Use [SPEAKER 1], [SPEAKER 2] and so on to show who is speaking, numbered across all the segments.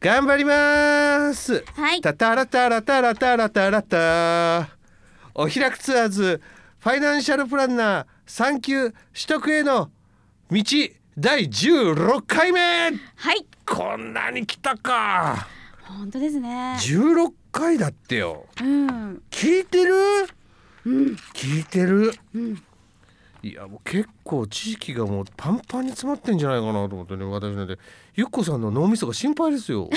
[SPEAKER 1] 頑張ります
[SPEAKER 2] はい
[SPEAKER 1] タタラタラタラタラタラタお開くツアーズファイナンシャルプランナー産休取得への道第16回目
[SPEAKER 2] はい
[SPEAKER 1] こんなに来たか
[SPEAKER 2] 本当ですね
[SPEAKER 1] 16回だってよ
[SPEAKER 2] うん
[SPEAKER 1] 聞いてる
[SPEAKER 2] うん
[SPEAKER 1] 聞いてる
[SPEAKER 2] うん
[SPEAKER 1] いやもう結構地域がもうパンパンに詰まってんじゃないかなと思ってね私なんてゆっこさんの脳みそが心配ですよ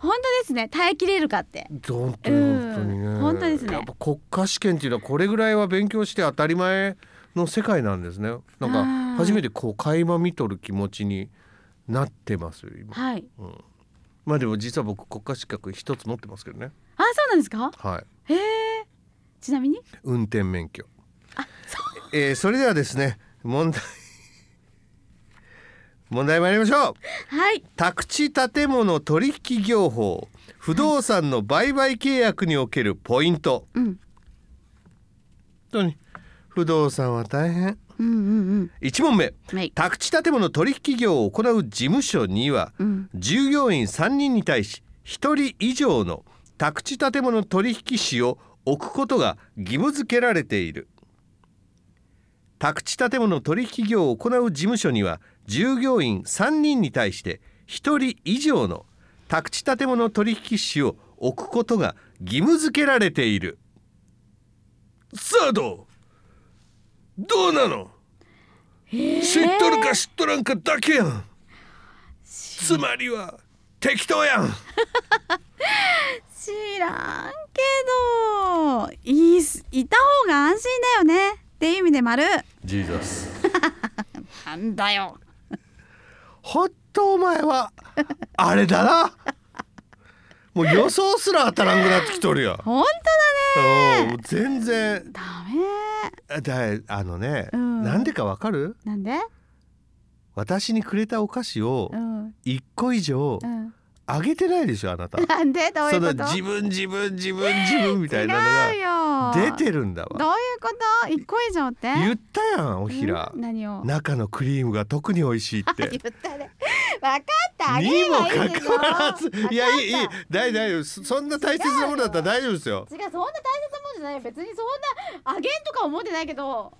[SPEAKER 2] 本当ですね耐えきれるかって
[SPEAKER 1] 本当に本当にね
[SPEAKER 2] うん本当ですね
[SPEAKER 1] やっぱ国家試験っていうのはこれぐらいは勉強して当たり前の世界なんですねなんか
[SPEAKER 2] あー
[SPEAKER 1] 初めてこう垣間見とる気持ちになってますよ今
[SPEAKER 2] はい
[SPEAKER 1] まあでも実は僕国家資格一つ持ってますけどね
[SPEAKER 2] あそうなんですか
[SPEAKER 1] はい
[SPEAKER 2] へえちなみに
[SPEAKER 1] 運転免許
[SPEAKER 2] あそ
[SPEAKER 1] えーそれではですね問題 問題参りましょう
[SPEAKER 2] うはい
[SPEAKER 1] 宅地建物取引業法不動産の売買契約におけるポイント、
[SPEAKER 2] うん
[SPEAKER 1] 本当に不動産は大変
[SPEAKER 2] うんうん
[SPEAKER 1] 1問目
[SPEAKER 2] うんはい
[SPEAKER 1] 宅地建物取引業を行う事務所には
[SPEAKER 2] うん
[SPEAKER 1] 従業員3人に対し1人以上の宅地建物取引士を置くことが義務付けられている宅地建物取引業を行う事務所には従業員3人に対して1人以上の宅地建物取引士を置くことが義務付けられているさあどうどうなの知っとるか知っとらんかだけやんつまりは適当やん
[SPEAKER 2] 知らんけどいいすいた方が安心だよねっていう意味で丸
[SPEAKER 1] ジーザス
[SPEAKER 2] なんだよ
[SPEAKER 1] ほっとお前はあれだなもう予想すら当たらんくなってきとるよ
[SPEAKER 2] 本当
[SPEAKER 1] うんもう全然
[SPEAKER 2] だねダ
[SPEAKER 1] だいあのね、
[SPEAKER 2] うん
[SPEAKER 1] なんでかわかる
[SPEAKER 2] メなんで
[SPEAKER 1] 私にくれたお菓子を
[SPEAKER 2] うん
[SPEAKER 1] 一個以上
[SPEAKER 2] うん
[SPEAKER 1] あげてないでしょあなた
[SPEAKER 2] なんでどうい
[SPEAKER 1] そう
[SPEAKER 2] こ
[SPEAKER 1] の
[SPEAKER 2] と
[SPEAKER 1] 自分自分自分自分みたいなのが
[SPEAKER 2] の
[SPEAKER 1] 出てるんだ
[SPEAKER 2] どう
[SPEAKER 1] わ
[SPEAKER 2] いうこと一個以上って
[SPEAKER 1] 言ったやんおひら
[SPEAKER 2] ん何を
[SPEAKER 1] 中のクリームが特に美味しいって
[SPEAKER 2] 言ったね分かったあげ
[SPEAKER 1] に
[SPEAKER 2] れ
[SPEAKER 1] も
[SPEAKER 2] ばい
[SPEAKER 1] か
[SPEAKER 2] いでしょ
[SPEAKER 1] かわらずいやいいいい
[SPEAKER 2] わかっ
[SPEAKER 1] 大丈夫そそんな大切なものだったら大丈夫ですよ
[SPEAKER 2] た違うそんな大切なもんじゃないよ別にそんなあげんとか思ってないけど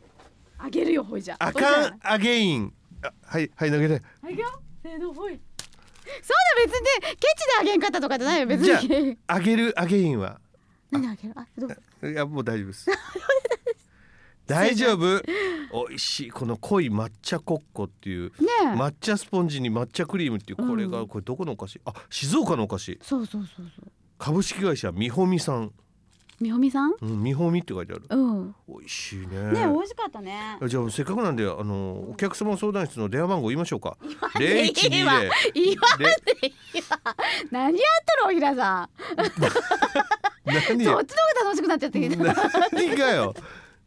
[SPEAKER 2] あげるよほいじゃ
[SPEAKER 1] あ
[SPEAKER 2] ほいじ
[SPEAKER 1] か
[SPEAKER 2] ゃ
[SPEAKER 1] んアゲインあはいはい投げて
[SPEAKER 2] あげよせーのほいそうだ別にケチであげんかったとかじゃないよ別
[SPEAKER 1] じゃ
[SPEAKER 2] に
[SPEAKER 1] あげるアゲインは
[SPEAKER 2] 何あげるあどう
[SPEAKER 1] いやもう大丈夫です 大丈夫美味しいこの濃い抹茶コッコっていう
[SPEAKER 2] ねえ、
[SPEAKER 1] 抹茶スポンジに抹茶クリームっていうこれ
[SPEAKER 2] う
[SPEAKER 1] が
[SPEAKER 2] ん
[SPEAKER 1] これどこのお菓子あ静岡のお菓子
[SPEAKER 2] そうそうそうそう
[SPEAKER 1] 株式会社みほみさん
[SPEAKER 2] みほみさん
[SPEAKER 1] うんみほみって書いてある
[SPEAKER 2] うん
[SPEAKER 1] 美味しい
[SPEAKER 2] ねえ美味しかったね
[SPEAKER 1] じゃあせっかくなんであのお客様相談室の電話番号言いましょうか。
[SPEAKER 2] で
[SPEAKER 1] 零一
[SPEAKER 2] い
[SPEAKER 1] 二
[SPEAKER 2] いわ
[SPEAKER 1] 零。
[SPEAKER 2] 言わんでいいわ何やっとるおひらさん
[SPEAKER 1] 何
[SPEAKER 2] そっちの方が楽しくなっちゃってきた
[SPEAKER 1] 何がよ。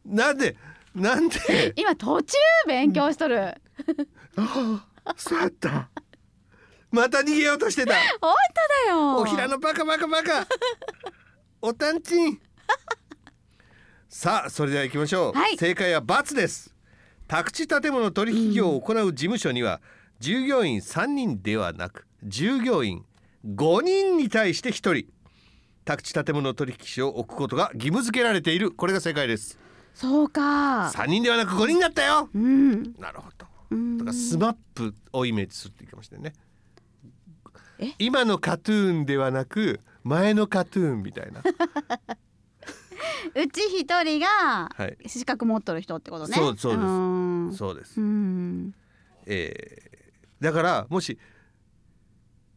[SPEAKER 1] なんでなん で
[SPEAKER 2] 今途中勉強しとる
[SPEAKER 1] そうやった。また逃げようとしてた。
[SPEAKER 2] 本当だよ
[SPEAKER 1] おひらのバカバカバ カ。おたんちん。さあそれでは行きましょう。
[SPEAKER 2] はい
[SPEAKER 1] 正解は×です。宅地建物取引業を行う事務所には、従業員3人ではなく従業員5人に対して1人宅地建物取引所を置くことが義務付けられているこれが正解です
[SPEAKER 2] そうか
[SPEAKER 1] 3人ではなく5人だったよ
[SPEAKER 2] うん
[SPEAKER 1] なるほど
[SPEAKER 2] うん
[SPEAKER 1] だからスマップをイメージするっていいかもしれないね
[SPEAKER 2] え
[SPEAKER 1] 今のカトゥーンではなく前のカトゥーンみたい な
[SPEAKER 2] うち一人が
[SPEAKER 1] はい
[SPEAKER 2] 資格持っとる人ってことね
[SPEAKER 1] そうそうです
[SPEAKER 2] ん
[SPEAKER 1] そうです
[SPEAKER 2] う、ん
[SPEAKER 1] えーだからもし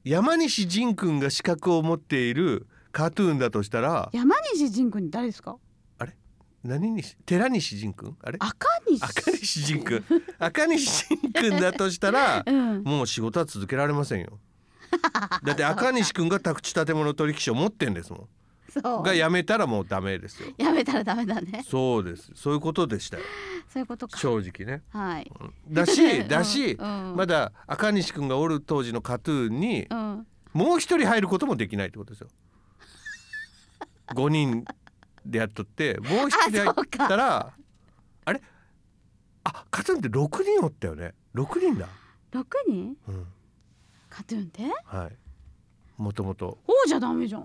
[SPEAKER 1] 山西仁君が資格を持っているカトゥーンだとしたら
[SPEAKER 2] 山西仁君誰ですか
[SPEAKER 1] 何西寺西仁君あれ
[SPEAKER 2] 赤西
[SPEAKER 1] 赤西仁君 赤西仁君だとしたら
[SPEAKER 2] うん
[SPEAKER 1] もう仕事は続けられませんよだって赤西君が宅地建物取引所持ってんですも
[SPEAKER 2] そ
[SPEAKER 1] ん
[SPEAKER 2] う
[SPEAKER 1] が辞めたらもうダメですよ
[SPEAKER 2] やめたらダメだ ね
[SPEAKER 1] そうですそういうことでしたよ
[SPEAKER 2] そういうことか
[SPEAKER 1] 正直ね
[SPEAKER 2] はい
[SPEAKER 1] だ しだし、
[SPEAKER 2] うんうん
[SPEAKER 1] まだ赤西君がおる当時のカトゥーンに
[SPEAKER 2] うん
[SPEAKER 1] もう一人入ることもできないってことですよ5人でやっとってもう一人入ったらあれあカトゥーンって6人おったよね6人だ、
[SPEAKER 2] 六人
[SPEAKER 1] うん、
[SPEAKER 2] カトゥーンって
[SPEAKER 1] はいもともと
[SPEAKER 2] ほうじゃダメじゃんい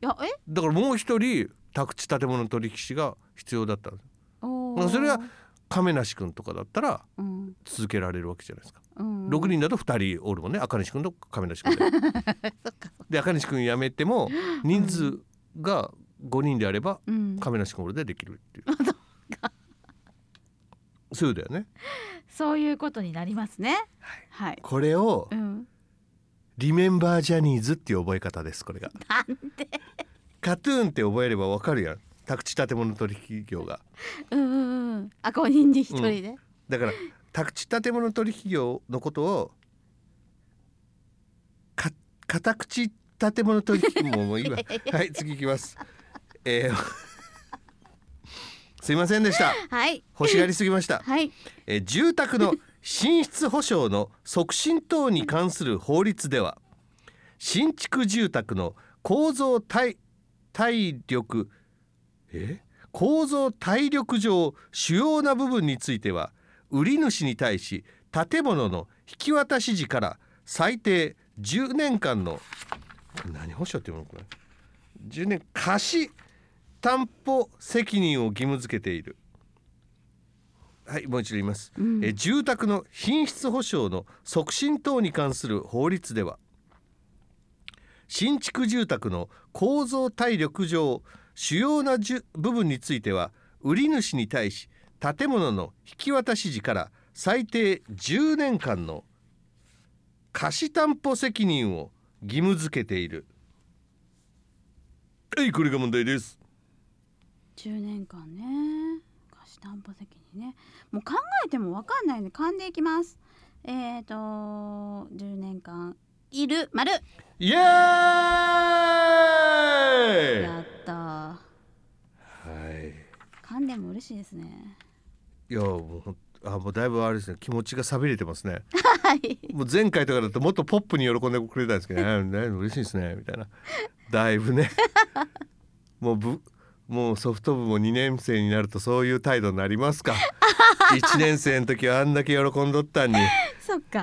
[SPEAKER 2] やえ
[SPEAKER 1] だからもう一人宅地建物取引士が必要だったんです
[SPEAKER 2] おー
[SPEAKER 1] まあそれは亀梨君とかだったら
[SPEAKER 2] うん
[SPEAKER 1] 続けられるわけじゃないですか、
[SPEAKER 2] うん
[SPEAKER 1] 六人だと二人おるもんね赤西君と亀梨君で
[SPEAKER 2] そっかそっか
[SPEAKER 1] で赤西君辞めても人数が五人であれば
[SPEAKER 2] うん
[SPEAKER 1] 亀梨君俺でできるって いうそうだよね
[SPEAKER 2] そういうことになりますね
[SPEAKER 1] はい
[SPEAKER 2] はい
[SPEAKER 1] これを
[SPEAKER 2] うん
[SPEAKER 1] リメンバージャニーズっていう覚え方ですこれが
[SPEAKER 2] なんて
[SPEAKER 1] カトゥーンって覚えればわかるやん宅地建物取引業が
[SPEAKER 2] うんうんうんあ五人で一人で
[SPEAKER 1] だから宅地建物取引業のことをか片口建物取引ももういいわはい次行きますえー すいませんでした
[SPEAKER 2] はい
[SPEAKER 1] 欲しがりすぎました
[SPEAKER 2] はい
[SPEAKER 1] えー住宅の寝室保障の促進等に関する法律では新築住宅の構造体体力え構造体力上主要な部分については売り主に対し建物の引き渡し時から最低10年間の何保証っていうのこれ10年貸し担保責任を義務付けているはいもう一度言います、
[SPEAKER 2] ん
[SPEAKER 1] え住宅の品質保証の促進等に関する法律では新築住宅の構造体力上主要なじゅ部分については売り主に対し建物の引き渡し時から最低10年間の貸し担保責任を義務付けているはいこれが問題です
[SPEAKER 2] 10年間ね貸し担保責任ねもう考えてもわかんないんで噛んでいきますえーと10年間いる丸
[SPEAKER 1] イエーイ
[SPEAKER 2] や
[SPEAKER 1] は
[SPEAKER 2] ったー
[SPEAKER 1] い
[SPEAKER 2] 噛んでも嬉しいですね
[SPEAKER 1] いやもうほんあもうだいぶあれですね気持ちが寂れてますね
[SPEAKER 2] はい
[SPEAKER 1] もう前回とかだともっとポップに喜んでくれたんです けど「あね嬉しいですね」みたいなだいぶね もうぶもうソフト部も2年生になるとそういう態度になります か1年生の時はあんだけ喜んどったんに、は
[SPEAKER 2] そっか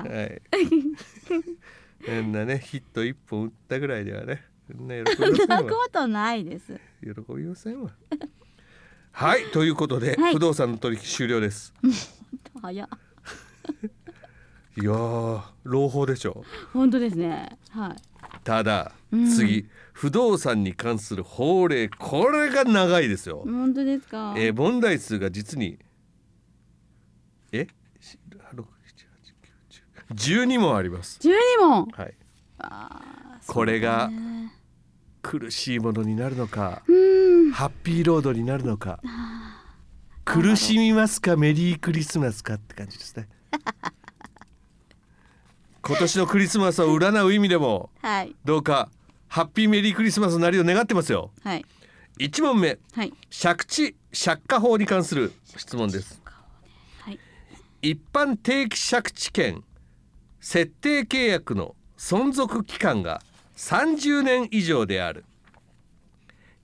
[SPEAKER 1] い、あんなねヒット1本打ったぐらいではねそんな喜びませ
[SPEAKER 2] そん
[SPEAKER 1] ん
[SPEAKER 2] な
[SPEAKER 1] わ
[SPEAKER 2] ことないです
[SPEAKER 1] 喜びませ んわはいということで、
[SPEAKER 2] はい
[SPEAKER 1] 不動産の取引終了です
[SPEAKER 2] 早っ
[SPEAKER 1] いやー朗報でしょ
[SPEAKER 2] 本当ですねはい
[SPEAKER 1] ただ、
[SPEAKER 2] うん
[SPEAKER 1] 次不動産に関する法令これが長いですよ、
[SPEAKER 2] 本当ですか
[SPEAKER 1] えー問題数が実にえし六七八九十12問あります
[SPEAKER 2] 12問
[SPEAKER 1] はい
[SPEAKER 2] あー
[SPEAKER 1] これが
[SPEAKER 2] そうだね
[SPEAKER 1] 苦しいものになるのか
[SPEAKER 2] うん
[SPEAKER 1] ハッピーロードになるのか苦しみますかメリークリスマスかって感じ ですね今年のクリスマスを占う意味でも
[SPEAKER 2] はい
[SPEAKER 1] どうかハッピーメリークリスマスになるよう願ってますよ
[SPEAKER 2] はい
[SPEAKER 1] 1問目
[SPEAKER 2] はい
[SPEAKER 1] 借地借家法に関する質問です
[SPEAKER 2] はい
[SPEAKER 1] 一般定期借地権設定契約の存続期間が30年以上である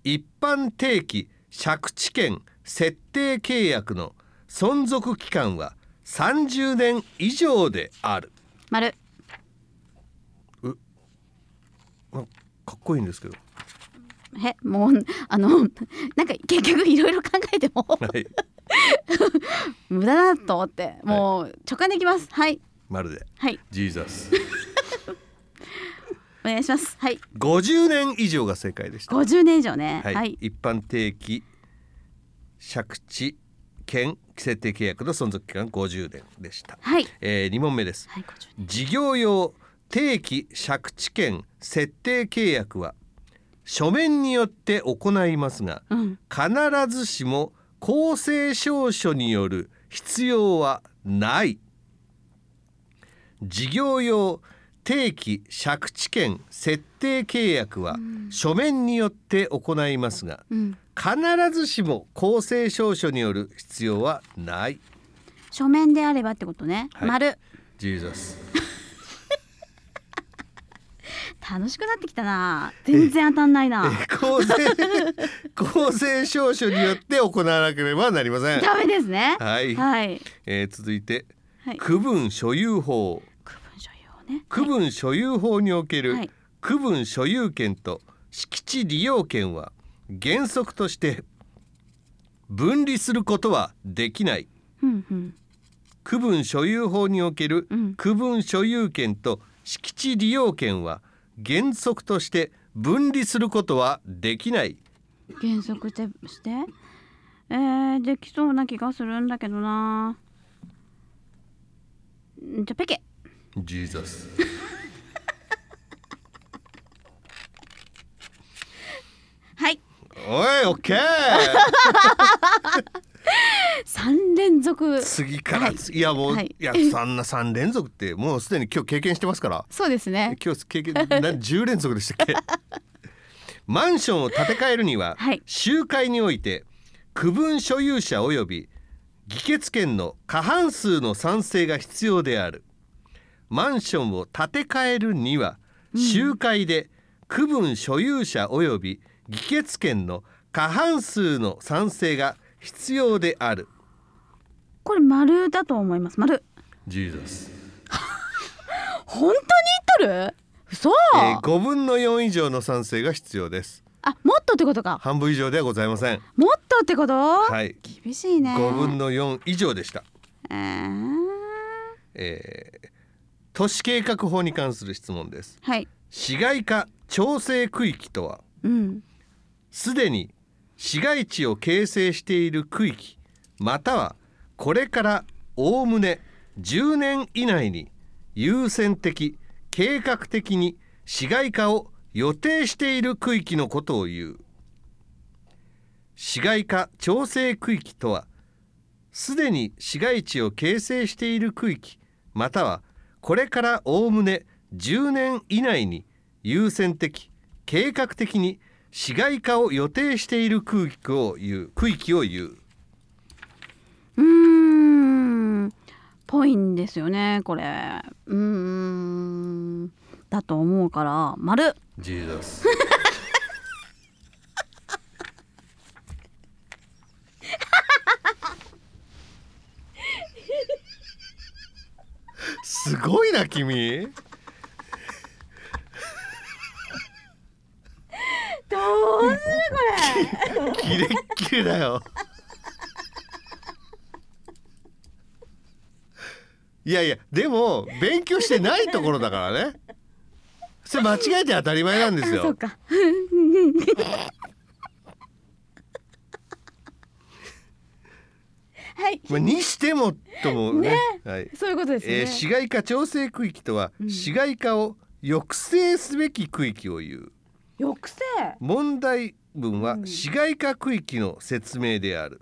[SPEAKER 1] 一般定期借地権設定契約の存続期間は30年以上である
[SPEAKER 2] 丸
[SPEAKER 1] あかっこいいんですけど
[SPEAKER 2] えもうあのなんか結局いろいろ考えても
[SPEAKER 1] はい
[SPEAKER 2] 無駄だと思ってもう直感でいきますはい
[SPEAKER 1] まるで
[SPEAKER 2] はい
[SPEAKER 1] ジーザス
[SPEAKER 2] お願いしますはい
[SPEAKER 1] 50年以上が正解でした
[SPEAKER 2] 50年以上ね
[SPEAKER 1] はい、
[SPEAKER 2] はい
[SPEAKER 1] 一般定期借地権設定契約の存続期間50年でした、
[SPEAKER 2] はい
[SPEAKER 1] えー、2問目です
[SPEAKER 2] はい50年
[SPEAKER 1] 事業用定期借地権設定契約は書面によって行いますが
[SPEAKER 2] うん
[SPEAKER 1] 必ずしも公正証書による必要はない事業用定期借地権設定契約は書面によって行いますが
[SPEAKER 2] うん
[SPEAKER 1] 必ずしも公正証書による必要はない
[SPEAKER 2] 書面であればってことね
[SPEAKER 1] はい
[SPEAKER 2] 丸
[SPEAKER 1] ジーザス
[SPEAKER 2] 楽しくなってきたな全然当たんないな
[SPEAKER 1] 公正公正証書によって行わなければなりません
[SPEAKER 2] ダメですね
[SPEAKER 1] はい
[SPEAKER 2] はい
[SPEAKER 1] えー続いて
[SPEAKER 2] はい
[SPEAKER 1] 区分所有法
[SPEAKER 2] 区分所有法ね
[SPEAKER 1] 区分所有法における
[SPEAKER 2] はい
[SPEAKER 1] 区分所有権と敷地利用権は原則として分離することはできない
[SPEAKER 2] うんうん
[SPEAKER 1] 区分所有法における
[SPEAKER 2] うん
[SPEAKER 1] 区分所有権と敷地利用権は原則として分離することはできない
[SPEAKER 2] 減速してしてえー、できそうな気がするんだけどなじゃあペケ
[SPEAKER 1] ジーザス
[SPEAKER 2] はい
[SPEAKER 1] おいオッ ケー
[SPEAKER 2] 三連続
[SPEAKER 1] 次から、
[SPEAKER 2] はい
[SPEAKER 1] い、やもう、
[SPEAKER 2] はいい、
[SPEAKER 1] やそんな3連続ってもうすでに今日経験してますから
[SPEAKER 2] そうですね
[SPEAKER 1] 今日経験な10連続でした っけマンションを建て替えるには、
[SPEAKER 2] はい
[SPEAKER 1] 集会において区分所有者及び議決権の過半数の賛成が必要であるマンションを建て替えるには集会で区分所有者及び議決権の過半数の賛成が必要である
[SPEAKER 2] これ丸だと思います丸
[SPEAKER 1] ジーザス
[SPEAKER 2] 本当に言っとる嘘、
[SPEAKER 1] えー5分の4以上の賛成が必要です
[SPEAKER 2] あもっとってことか
[SPEAKER 1] 半分以上ではございません
[SPEAKER 2] もっとってこと、
[SPEAKER 1] はい
[SPEAKER 2] 厳しいね
[SPEAKER 1] 5分の4以上でした、
[SPEAKER 2] えー
[SPEAKER 1] えー都市計画法に関する質問です
[SPEAKER 2] はい
[SPEAKER 1] 市街化調整区域とは
[SPEAKER 2] うん
[SPEAKER 1] すでに市街地を形成している区域またはこれからおおむね10年以内に優先的計画的に市街化を予定している区域のことを言う市街化調整区域とはすでに市街地を形成している区域またはこれからおおむね10年以内に優先的計画的に市街化を予定している区域を言う区域を言う
[SPEAKER 2] うーんぽいんですよねこれうーんだと思うから丸
[SPEAKER 1] ジーザス すごいな君
[SPEAKER 2] どうするこれ
[SPEAKER 1] キレッキレだよいやいやでも勉強してないところだからねそれ間違えて当たり前なんです
[SPEAKER 2] そう
[SPEAKER 1] よ
[SPEAKER 2] か はい
[SPEAKER 1] まあにしてもともね
[SPEAKER 2] ね
[SPEAKER 1] はい
[SPEAKER 2] そういうことですね、
[SPEAKER 1] えー市街化調整区域とは、
[SPEAKER 2] うん
[SPEAKER 1] 市街化を抑制すべき区域を言う
[SPEAKER 2] 抑制
[SPEAKER 1] 問題文は、
[SPEAKER 2] うん
[SPEAKER 1] 市街化区域の説明である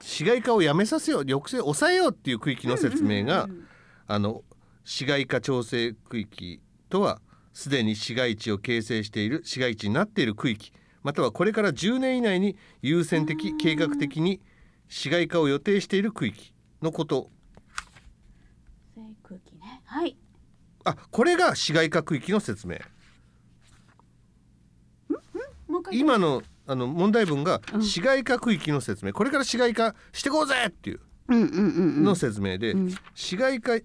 [SPEAKER 1] 市街化をやめさせよう抑制抑えようっていう区域の説明が、
[SPEAKER 2] うんうんうん
[SPEAKER 1] あの市街化調整区域とはすでに市街地を形成している市街地になっている区域またはこれから10年以内に優先的計画的に市街化を予定している区域のこと
[SPEAKER 2] 抑制空気ねはい
[SPEAKER 1] あこれが市街化区域の説明
[SPEAKER 2] もう一回
[SPEAKER 1] 今のあの問題文が
[SPEAKER 2] うん
[SPEAKER 1] 市街化区域の説明これから市街化してこうぜっていう
[SPEAKER 2] うんうんうんうん
[SPEAKER 1] の説明で、
[SPEAKER 2] うん
[SPEAKER 1] 市街化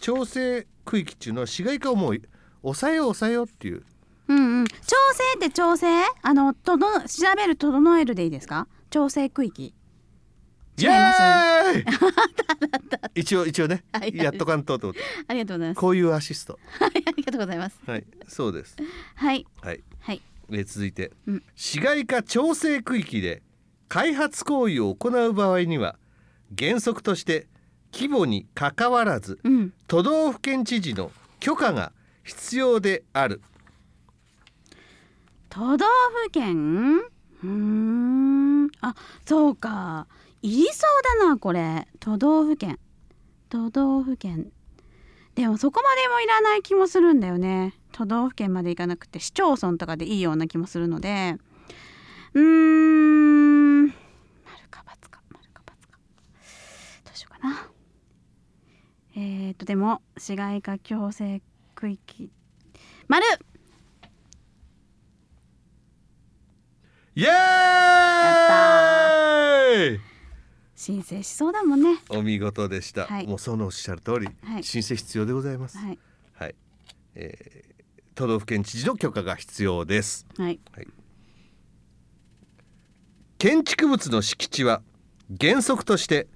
[SPEAKER 1] 調整区域っていうのは市街化をもう抑えよう抑えようっていう
[SPEAKER 2] うんうん調整って調整あのとど調べる整えるでいいですか調整区域
[SPEAKER 1] イ
[SPEAKER 2] 違
[SPEAKER 1] エ
[SPEAKER 2] います
[SPEAKER 1] ーイ 一応一応ね
[SPEAKER 2] はい
[SPEAKER 1] やっとかんとと思って
[SPEAKER 2] ありがとうございます
[SPEAKER 1] こういうアシスト
[SPEAKER 2] はいありがとうございます
[SPEAKER 1] はいそうです
[SPEAKER 2] はい
[SPEAKER 1] はい
[SPEAKER 2] はい
[SPEAKER 1] えー続いて、
[SPEAKER 2] うん
[SPEAKER 1] 市街化調整区域で開発行為を行う場合には原則として規模にかかわらず
[SPEAKER 2] うん
[SPEAKER 1] 都道府県知事の許可が必要である
[SPEAKER 2] 都道府県うーんあそうかいりそうだなこれ都道府県都道府県でもそこまでもいらない気もするんだよね都道府県まで行かなくて市町村とかでいいような気もするのでうーん丸か×か丸か×かどうしようかなえー、とでも市街化強制区域丸
[SPEAKER 1] イエーイ
[SPEAKER 2] 申請しそうだもんね
[SPEAKER 1] お見事でした、
[SPEAKER 2] はい
[SPEAKER 1] もうそのおっしゃる通り、
[SPEAKER 2] はい
[SPEAKER 1] 申請必要でございますはい、
[SPEAKER 2] はい
[SPEAKER 1] えー都道府県知事の許可が必要です
[SPEAKER 2] はい
[SPEAKER 1] 建築物の敷地は原則として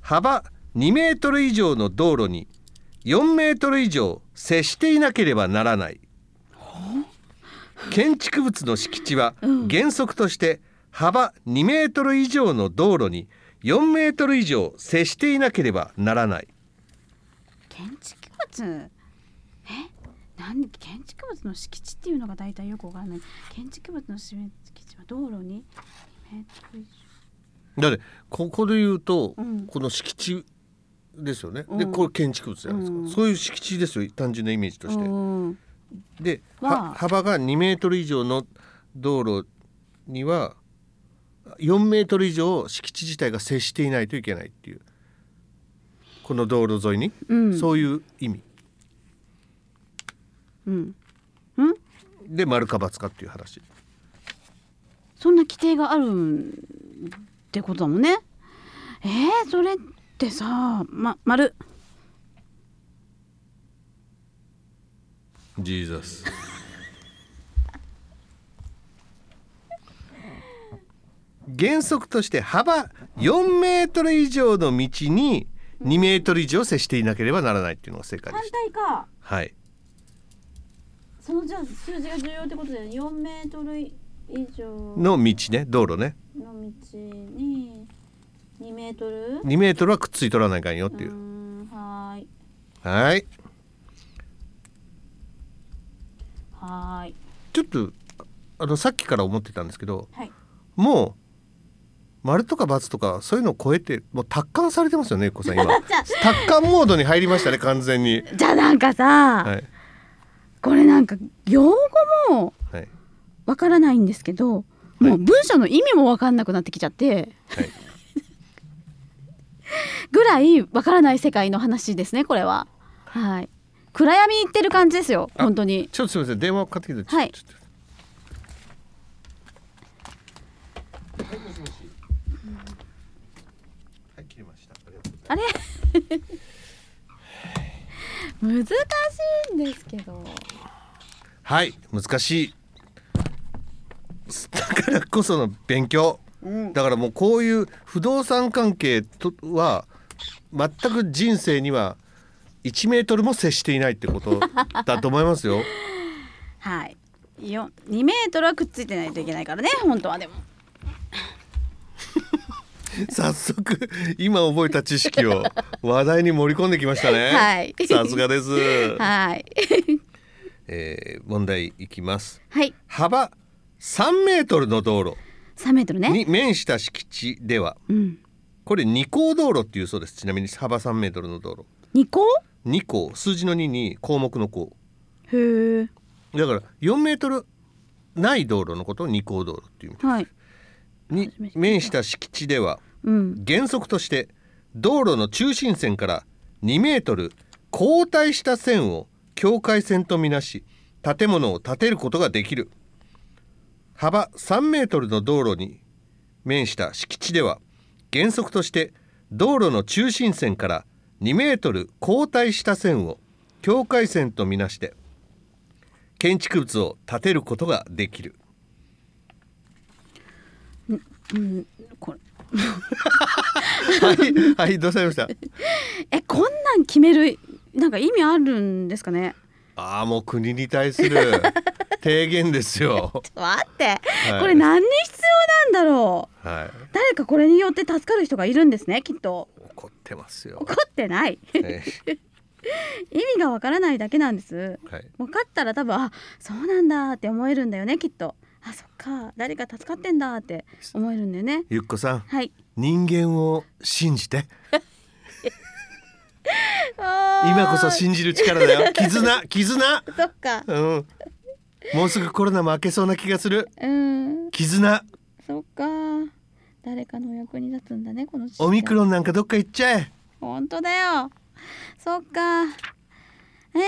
[SPEAKER 1] 幅2メートル以上の道路に4メートル以上接していなければならない建築物の敷地は
[SPEAKER 2] うん
[SPEAKER 1] 原則として幅2メートル以上の道路に4メートル以上接していなければならない
[SPEAKER 2] 建築物えなん建築物の敷地っていうのが大体よくわからない建築物の敷地は道路に2メートル以上
[SPEAKER 1] だってここで言うと、
[SPEAKER 2] うん
[SPEAKER 1] この敷地ですよね、
[SPEAKER 2] う
[SPEAKER 1] で
[SPEAKER 2] ん
[SPEAKER 1] これ建築物じゃないですか、
[SPEAKER 2] うん
[SPEAKER 1] そういう敷地ですよ単純なイメージとして、
[SPEAKER 2] うん
[SPEAKER 1] で
[SPEAKER 2] は
[SPEAKER 1] は幅が2メートル以上の道路には4メートル以上敷地自体が接していないといけないっていうこの道路沿いに、
[SPEAKER 2] うん
[SPEAKER 1] そういう意味
[SPEAKER 2] うん
[SPEAKER 1] で丸か×かっていう話
[SPEAKER 2] そんな規定があるんってことだもんねえー、それってさま丸
[SPEAKER 1] ジーザス 原則として幅4メートル以上の道に2メートル以上接していなければならないっていうのが正解でした
[SPEAKER 2] 対か
[SPEAKER 1] はい
[SPEAKER 2] そのじゃあ数字が重要ってことだよね4メートル以上
[SPEAKER 1] の道ね道路ね
[SPEAKER 2] の道に2メートル
[SPEAKER 1] 2メートルはくっついとらないかんよっていう
[SPEAKER 2] ー
[SPEAKER 1] うん
[SPEAKER 2] はーい
[SPEAKER 1] はい
[SPEAKER 2] はーい
[SPEAKER 1] ちょっとあのさっきから思ってたんですけど
[SPEAKER 2] はい
[SPEAKER 1] もう丸とか×とかそういうのを超えてもう達観されてますよねゆっこさん今
[SPEAKER 2] じゃあ
[SPEAKER 1] 達観モードに入りましたね完全に
[SPEAKER 2] じゃ あなんかさ、
[SPEAKER 1] はい
[SPEAKER 2] これなんか用語も
[SPEAKER 1] はい
[SPEAKER 2] わからないんですけどもう文章の意味もわかんなくなってきちゃって
[SPEAKER 1] はい
[SPEAKER 2] ぐらいわからない世界の話ですねこれははい暗闇に行ってる感じですよ
[SPEAKER 1] あ
[SPEAKER 2] 本当に
[SPEAKER 1] ちょっとすみません電話かかってきてちょ
[SPEAKER 2] はい
[SPEAKER 1] ちょっとはい切れましたありがとうございます
[SPEAKER 2] あれ 難しいんですけど
[SPEAKER 1] はい難しいだからこその勉強、だからもうこういう不動産関係とは全く人生には1メートルも接していないってことだと思いますよ
[SPEAKER 2] はいよ2メートルはくっついてないといけないからね本当はでも
[SPEAKER 1] 早速今覚えた知識を話題に盛り込んできましたね、
[SPEAKER 2] はい
[SPEAKER 1] さすがです、
[SPEAKER 2] はい
[SPEAKER 1] えー問題いきます
[SPEAKER 2] はい
[SPEAKER 1] 幅3メートルの道路
[SPEAKER 2] 3メートルね
[SPEAKER 1] に面した敷地では
[SPEAKER 2] うん
[SPEAKER 1] これ二項道路っていうそうですちなみに幅3メートルの道路
[SPEAKER 2] 2個
[SPEAKER 1] 2項数字の2に項目の項
[SPEAKER 2] へえ
[SPEAKER 1] だから4メートルない道路のことを二項道路っていう
[SPEAKER 2] はい
[SPEAKER 1] に
[SPEAKER 2] 初めて聞いた
[SPEAKER 1] 面した敷地では
[SPEAKER 2] うん
[SPEAKER 1] 原則として道路の中心線から2メートル後退した線を境界線とみなし建物を建てることができる幅3メートルの道路に面した敷地では原則として道路の中心線から2メートル後退した線を境界線とみなして建築物を建てることができる
[SPEAKER 2] うんこれ
[SPEAKER 1] はいはいどうされました
[SPEAKER 2] えこんなん決めるなんか意味あるんですかね
[SPEAKER 1] ああもう国に対する 提言ですよ。
[SPEAKER 2] 待って、
[SPEAKER 1] はい
[SPEAKER 2] これ何に必要なんだろう
[SPEAKER 1] は
[SPEAKER 2] 誰かこれによって助かる人がいるんですねきっと
[SPEAKER 1] い、怒ってますよ。
[SPEAKER 2] 怒ってない
[SPEAKER 1] ね
[SPEAKER 2] 意味がわからないだけなんです
[SPEAKER 1] はい、
[SPEAKER 2] 分かったら多分あそうなんだって思えるんだよねきっとあそっか誰か助かってんだって思えるんだよね
[SPEAKER 1] ゆっこさん、
[SPEAKER 2] はい
[SPEAKER 1] 人間を信じて、今
[SPEAKER 2] 今
[SPEAKER 1] こそ
[SPEAKER 2] そ
[SPEAKER 1] 信じる力だよ。絆、絆。
[SPEAKER 2] っか
[SPEAKER 1] うん。もうすぐコロナも明けそうな気がする。
[SPEAKER 2] うん
[SPEAKER 1] 絆、
[SPEAKER 2] そっか誰かのお役に立つんだねこの
[SPEAKER 1] オミク
[SPEAKER 2] ン
[SPEAKER 1] ロンなんかどっか行っちゃえ。
[SPEAKER 2] 本当だよそっかえ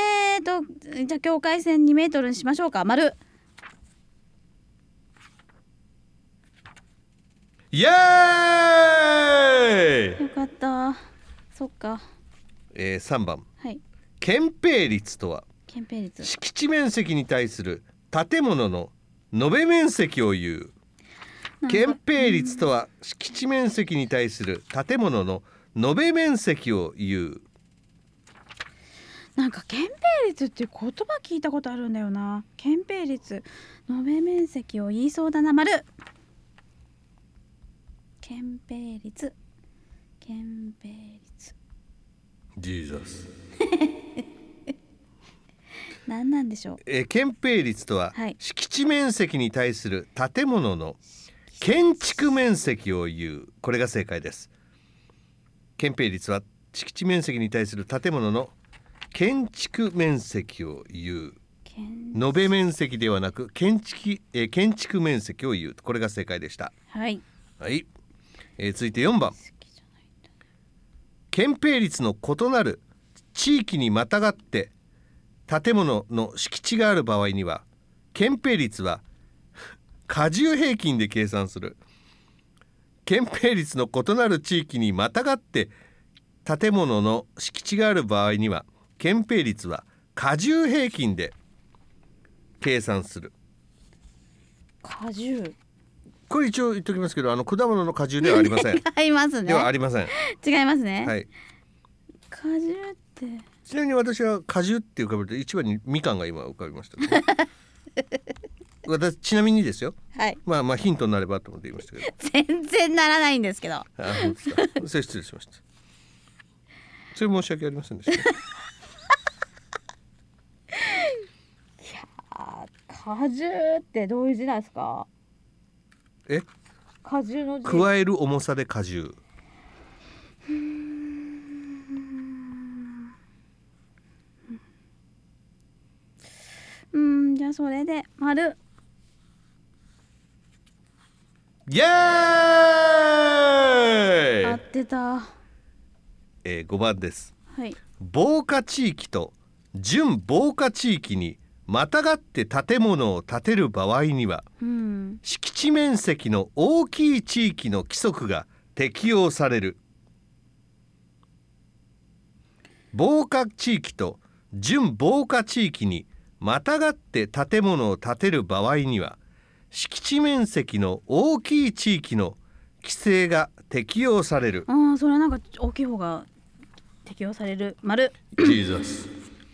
[SPEAKER 2] ーとじゃあ境界線2メートルにしましょうか丸
[SPEAKER 1] イエーイ、
[SPEAKER 2] よかったそっか
[SPEAKER 1] えー、3番
[SPEAKER 2] はい
[SPEAKER 1] 憲兵率とは
[SPEAKER 2] 憲兵率
[SPEAKER 1] 敷地面積に対する建物の延べ面積を言う
[SPEAKER 2] なんか
[SPEAKER 1] 憲兵率とは敷地面積に対する建物の延べ面積を言う
[SPEAKER 2] なんか憲兵率っていう言葉聞いたことあるんだよな憲兵率延べ面積を言いそうだな丸憲兵率憲兵率
[SPEAKER 1] ジーザス、
[SPEAKER 2] 何なんでしょう
[SPEAKER 1] えー、憲兵率とは、
[SPEAKER 2] はい
[SPEAKER 1] 敷地面積に対する建物の建築面積を言うこれが正解です憲兵率は敷地面積に対する建物の建築面積を言う
[SPEAKER 2] 建
[SPEAKER 1] 延べ面積ではなく建築,、えー建築面積を言うこれが正解でした
[SPEAKER 2] はい
[SPEAKER 1] はい、えー続いて4番
[SPEAKER 2] 好きじゃないんだ
[SPEAKER 1] 憲兵率の異なる地域にまたがって建物の敷地がある場合には憲兵率は 加重平均で計算する憲兵率の異なる地域にまたがって建物の敷地がある場合には憲兵率は加重平均で計算する
[SPEAKER 2] 果汁
[SPEAKER 1] これ一応言っときますけどあの果物の果汁ではありま せん
[SPEAKER 2] 違いますね
[SPEAKER 1] ではありません
[SPEAKER 2] 違いますね、
[SPEAKER 1] はい
[SPEAKER 2] 果汁って
[SPEAKER 1] ちなみに私は果汁って浮かべると一番にみかんが今浮かびましたね、 私ちなみにですよ
[SPEAKER 2] はい
[SPEAKER 1] まあまあヒントになればと思って言いましたけど
[SPEAKER 2] 全然ならないんですけど
[SPEAKER 1] あ本当です かそれ失礼しましたそれ申し訳ありませんでした
[SPEAKER 2] あ果汁ってどういう字なんですか
[SPEAKER 1] え
[SPEAKER 2] 果汁の字
[SPEAKER 1] 加える重さで果汁
[SPEAKER 2] うんじゃあそれで丸
[SPEAKER 1] イエーイ
[SPEAKER 2] 合ってたは
[SPEAKER 1] えー、5番です
[SPEAKER 2] い
[SPEAKER 1] 防火地域と準防火地域にまたがって建物を建てる場合には
[SPEAKER 2] うん
[SPEAKER 1] 敷地面積の大きい地域の規則が適用される防火地域と準防火地域にまたがって建物を建てる場合には敷地面積の大きい地域の規制が適用される
[SPEAKER 2] あーそれなんか大きい方が適用される丸
[SPEAKER 1] ジーザス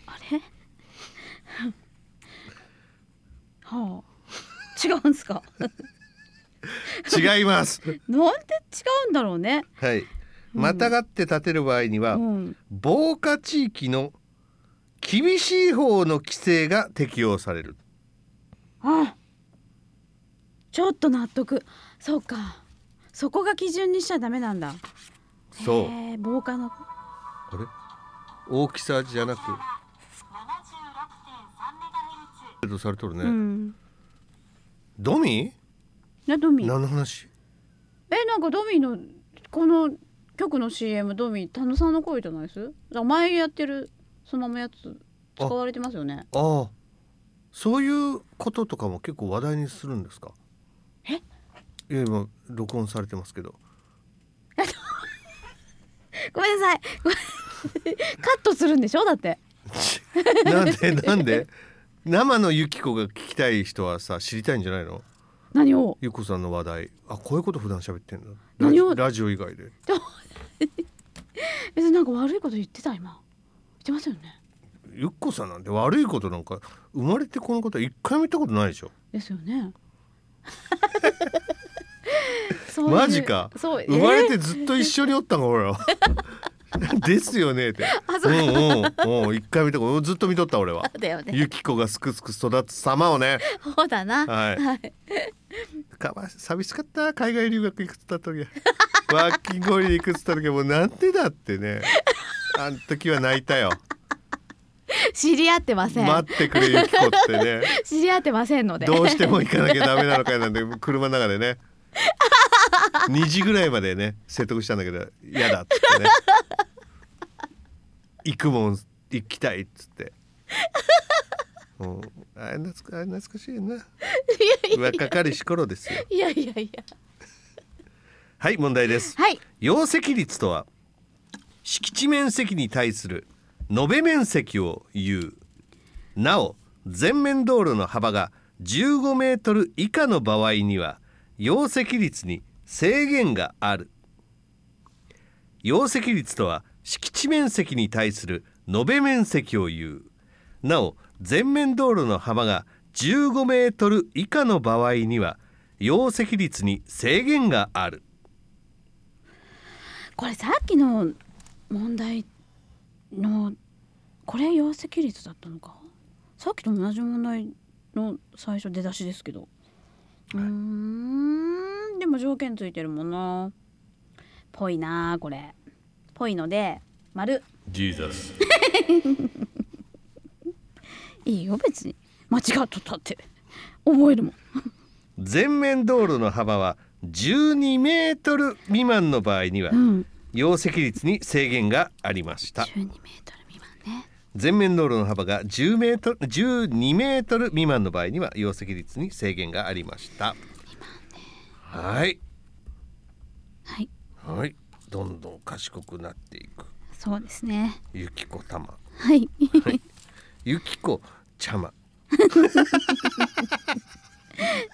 [SPEAKER 2] あれ はあ違うんですか
[SPEAKER 1] 違い ます
[SPEAKER 2] なんで違うんだろうね
[SPEAKER 1] はい。またがって建てる場合には、
[SPEAKER 2] うん
[SPEAKER 1] 防火地域の厳しい方の規制が適用される
[SPEAKER 2] あちょっと納得そうかそこが基準にしちゃダメなんだ
[SPEAKER 1] そう
[SPEAKER 2] へー防火の
[SPEAKER 1] あれ大きさじゃなくえっとされとるね、
[SPEAKER 2] うん
[SPEAKER 1] ドミ
[SPEAKER 2] えドミ
[SPEAKER 1] 何の話
[SPEAKER 2] えなんかドミのこの曲の CM ドミ田野さんの声じゃないですあ前やってるそのままやつ使われてますよね
[SPEAKER 1] ああそういうこととかも結構話題にするんですか
[SPEAKER 2] え
[SPEAKER 1] いや今録音されてますけど
[SPEAKER 2] ごめんな さいごめんカットするんでしょだって
[SPEAKER 1] なんでなんで生のゆき子が聞きたい人はさ知りたいんじゃないの
[SPEAKER 2] 何を
[SPEAKER 1] ゆき子さんの話題あこういうこと普段喋ってんだラ
[SPEAKER 2] 何
[SPEAKER 1] ジ
[SPEAKER 2] を
[SPEAKER 1] ラジオ以外で
[SPEAKER 2] 別になんか悪いこと言ってた今言ってますよね
[SPEAKER 1] ゆっこさんなんて悪いことなんか生まれてこの方一回も言ったことないでしょ
[SPEAKER 2] です よねそういう
[SPEAKER 1] マジか
[SPEAKER 2] そう
[SPEAKER 1] 生まれ
[SPEAKER 2] え
[SPEAKER 1] てずっと一緒におったんか俺 らですよねって
[SPEAKER 2] あそううん
[SPEAKER 1] うんうん一回見たことずっと見とった俺は
[SPEAKER 2] ーだよね
[SPEAKER 1] ゆきこがすくすく育つ様をね
[SPEAKER 2] そうだな
[SPEAKER 1] はい
[SPEAKER 2] はい、
[SPEAKER 1] かわい寂しかった海外留学行くつった 時ワーキングホリデー行くつった時はもうなんでだってねあん時は泣いた よ
[SPEAKER 2] 知り合ってません、
[SPEAKER 1] 待ってくれゆきこってね
[SPEAKER 2] 知り合ってませんので
[SPEAKER 1] どうしても行かなきゃダメなのかよなんて車の中でね2時ぐらいまでね説得したんだけど嫌だっつってね行くもん行きたいっつ って、うん、あれ懐かあれ懐かしいな若かりし頃ですよ
[SPEAKER 2] いやいやいや
[SPEAKER 1] はい問題です
[SPEAKER 2] はい
[SPEAKER 1] 容積率とは敷地面積に対する延べ面積を言うなお全面道路の幅が15メートル以下の場合には容積率に制限がある容積率とは敷地面積に対する延べ面積を言うなお全面道路の幅が15メートル以下の場合には容積率に制限がある
[SPEAKER 2] これさっきの問題のこれ容積率だったのかさっきと同じ問題の最初出だしですけど、うーんでも条件ついてるもんなぽいなこれぽいので丸
[SPEAKER 1] ジーザス
[SPEAKER 2] いいよ別に間違っとったって覚えるもん
[SPEAKER 1] 全面道路の幅は12メートル未満の場合には
[SPEAKER 2] うん
[SPEAKER 1] 容積率に制限がありました
[SPEAKER 2] 12メートル未満ね
[SPEAKER 1] 全面道路の幅が10メートル12メートル未満の場合には容積率に制限がありましたはい
[SPEAKER 2] はい
[SPEAKER 1] はいどんどん賢くなっていく
[SPEAKER 2] そうですね
[SPEAKER 1] ゆきこたま
[SPEAKER 2] はい
[SPEAKER 1] ゆきこちゃま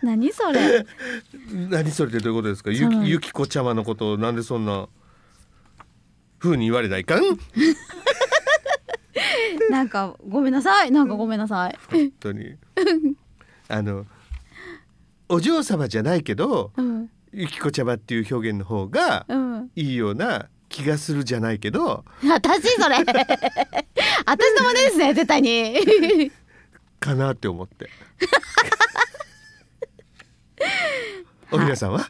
[SPEAKER 2] 何それ
[SPEAKER 1] 何それってどういうことですかゆ
[SPEAKER 2] そう
[SPEAKER 1] きゆきこちゃまのことをなんでそんな風に言われないかん
[SPEAKER 2] なんかごめんなさいなんかごめんなさい
[SPEAKER 1] 本当にあのお嬢様じゃないけど
[SPEAKER 2] うん
[SPEAKER 1] ゆきこちゃまっていう表現の方が
[SPEAKER 2] うん
[SPEAKER 1] いいような気がするじゃないけど
[SPEAKER 2] 私それ私の真似ですね絶対に
[SPEAKER 1] かなって思っておみなさんは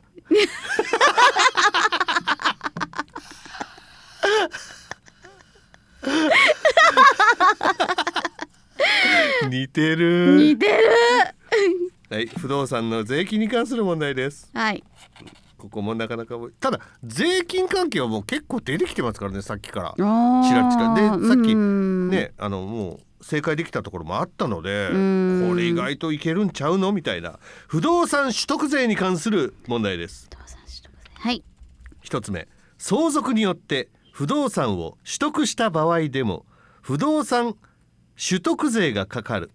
[SPEAKER 1] 似てる
[SPEAKER 2] 似てる
[SPEAKER 1] はい不動産の税金に関する問題です
[SPEAKER 2] はい
[SPEAKER 1] ここもなかなか多いただ税金関係はもう結構出てきてますからねさっきから
[SPEAKER 2] チラ
[SPEAKER 1] チラでさっき
[SPEAKER 2] ね
[SPEAKER 1] ねあのもう正解できたところもあったので
[SPEAKER 2] ん
[SPEAKER 1] これ意外といけるんちゃうのみたいな不動産取得税に関する問題です
[SPEAKER 2] はい
[SPEAKER 1] 一つ目相続によって不動産を取得した場合でも不動産取得税がかかる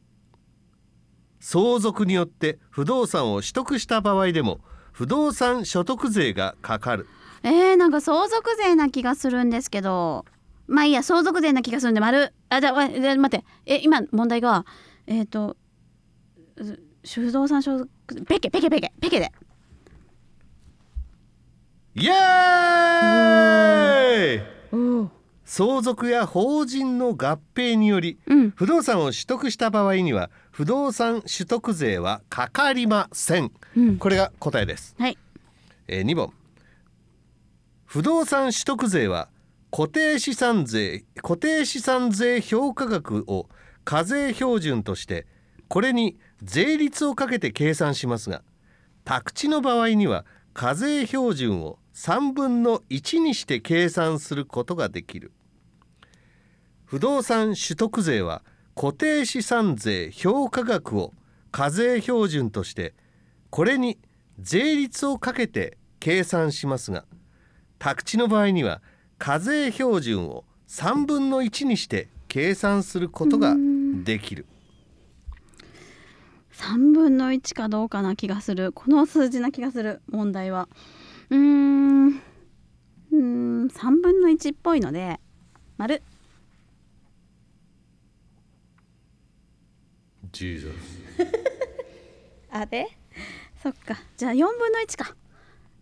[SPEAKER 1] 相続によって不動産を取得した場合でも不動産所得税がかかる
[SPEAKER 2] えー、なんか相続税な気がするんですけどまあいいや相続税な気がするんで丸あじゃあじゃあ待ってえ今問題がえっ、ー、とう不動産所得ペケペケペケペケで
[SPEAKER 1] イエーイ
[SPEAKER 2] お
[SPEAKER 1] 相続や法人の合併により
[SPEAKER 2] うん
[SPEAKER 1] 不動産を取得した場合には不動産取得税はかかりません
[SPEAKER 2] うん
[SPEAKER 1] これが答えです、
[SPEAKER 2] はい
[SPEAKER 1] えー、2番不動産取得税は固定資産税固定資産税評価額を課税標準としてこれに税率をかけて計算しますが宅地の場合には課税標準を3分の1にして計算することができる不動産取得税は固定資産税評価額を課税標準としてこれに税率をかけて計算しますが宅地の場合には課税標準を3分の1にして計算することができる
[SPEAKER 2] 3分の1かどうかな気がするこの数字な気がする問題はうーんうーん3分の1っぽいので丸あでそっかじゃあ4分の1か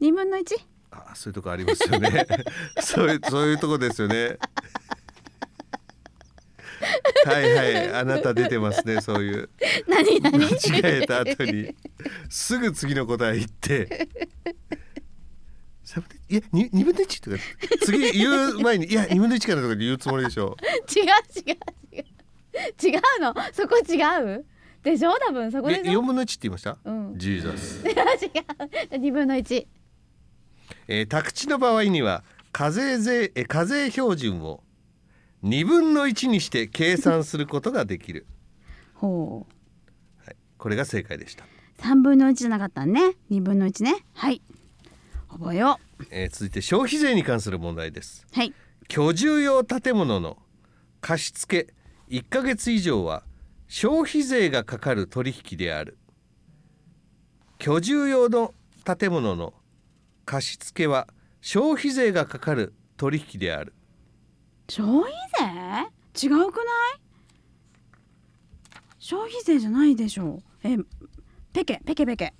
[SPEAKER 2] 2分の 1?
[SPEAKER 1] あそういうとこありますよね そういうそういうとこですよねはいはいあなた出てますねそういう
[SPEAKER 2] 何何
[SPEAKER 1] 間違え た後にすぐ次の答え言って「三分の一いやに二分の一とか次言う前に「いや二分の一かな」とか言うつもりでしょ
[SPEAKER 2] 違う違う違う違うのそこ違うでしょ多分そこ
[SPEAKER 1] う。
[SPEAKER 2] で
[SPEAKER 1] え
[SPEAKER 2] し
[SPEAKER 1] 四
[SPEAKER 2] ょ
[SPEAKER 1] 分の一って言いました
[SPEAKER 2] うん
[SPEAKER 1] ジーザス、
[SPEAKER 2] 違う2分の1
[SPEAKER 1] えー宅地の場合には課税税えー課税標準を二分の一にして計算することができる
[SPEAKER 2] ほう
[SPEAKER 1] これが正解でした
[SPEAKER 2] 3分の1じゃなかったね2分の1ねはい覚えよう
[SPEAKER 1] えー続いて消費税に関する問題です
[SPEAKER 2] はい
[SPEAKER 1] 居住用建物の貸付1ヶ月以上は消費税がかかる取引である居住用の建物の貸付は消費税がかかる取引である
[SPEAKER 2] 消費税違うくない消費税じゃないでしょうえペケペケペケ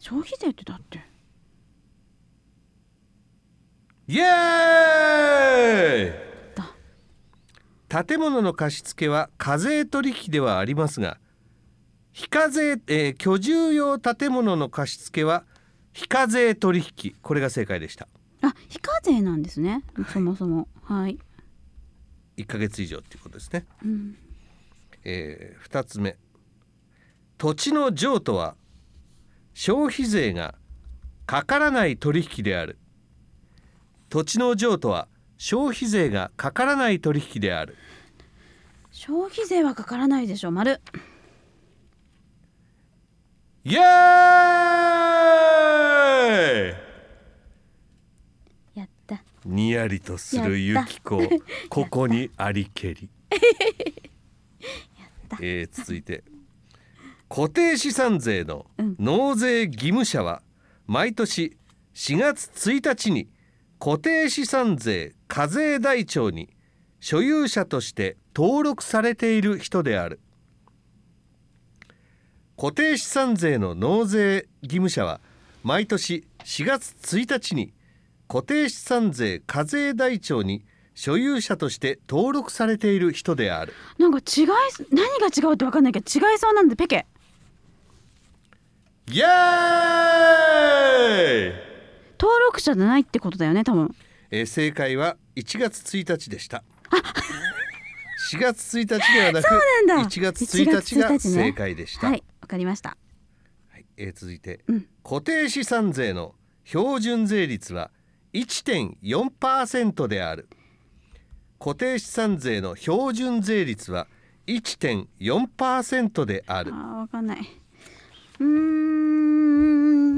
[SPEAKER 2] 消費税ってだって
[SPEAKER 1] イエ
[SPEAKER 2] だ
[SPEAKER 1] ーイ建物の貸付は課税取引ではありますが非課税、えー居住用建物の貸付は非課税取引これが正解でした
[SPEAKER 2] あ非課税なんですねそもそもはい、
[SPEAKER 1] 1ヶ月以上ということですね
[SPEAKER 2] うん、
[SPEAKER 1] えー、2つ目土地の譲渡は消費税がかからない取引である土地の譲渡は消費税がかからない取引である
[SPEAKER 2] 消費税はかからないでしょ丸
[SPEAKER 1] イエーイ
[SPEAKER 2] やった
[SPEAKER 1] にやりとするゆきこここにありけ りえー続いて固定資産税の
[SPEAKER 2] うん
[SPEAKER 1] 納税義務者は毎年4月1日に固定資産税課税台帳に所有者として登録されている人である固定資産税の納税義務者は毎年4月1日に固定資産税課税台帳に所有者として登録されている人である
[SPEAKER 2] なんか違い何が違うってわかんないけど違いそうなんでペケ
[SPEAKER 1] イエーイ、
[SPEAKER 2] 登録者じゃないってことだよね多分
[SPEAKER 1] えー正解は1月1日でした4月1日ではなく
[SPEAKER 2] そうなんだ
[SPEAKER 1] 1月1日が
[SPEAKER 2] 1日ね
[SPEAKER 1] 正解でした、
[SPEAKER 2] はいわかりました
[SPEAKER 1] はいえー続いて、
[SPEAKER 2] うん
[SPEAKER 1] 固定資産税の標準税率は1.4%である固定資産税の標準税率は1.4%であ
[SPEAKER 2] あ
[SPEAKER 1] る
[SPEAKER 2] ーわかんないうーん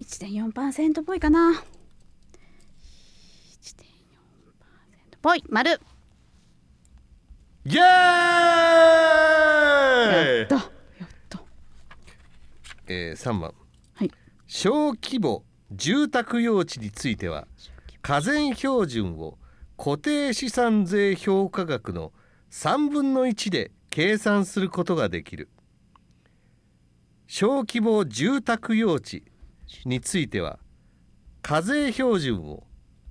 [SPEAKER 2] 1.4%っぽいかな1.4%っぽい丸や
[SPEAKER 1] イエー
[SPEAKER 2] っ
[SPEAKER 1] イ
[SPEAKER 2] とやっと
[SPEAKER 1] えー、3番
[SPEAKER 2] はい
[SPEAKER 1] 小規模住宅用地については課税標準を固定資産税評価額の3分の1で計算することができる小規模住宅用地については課税標準を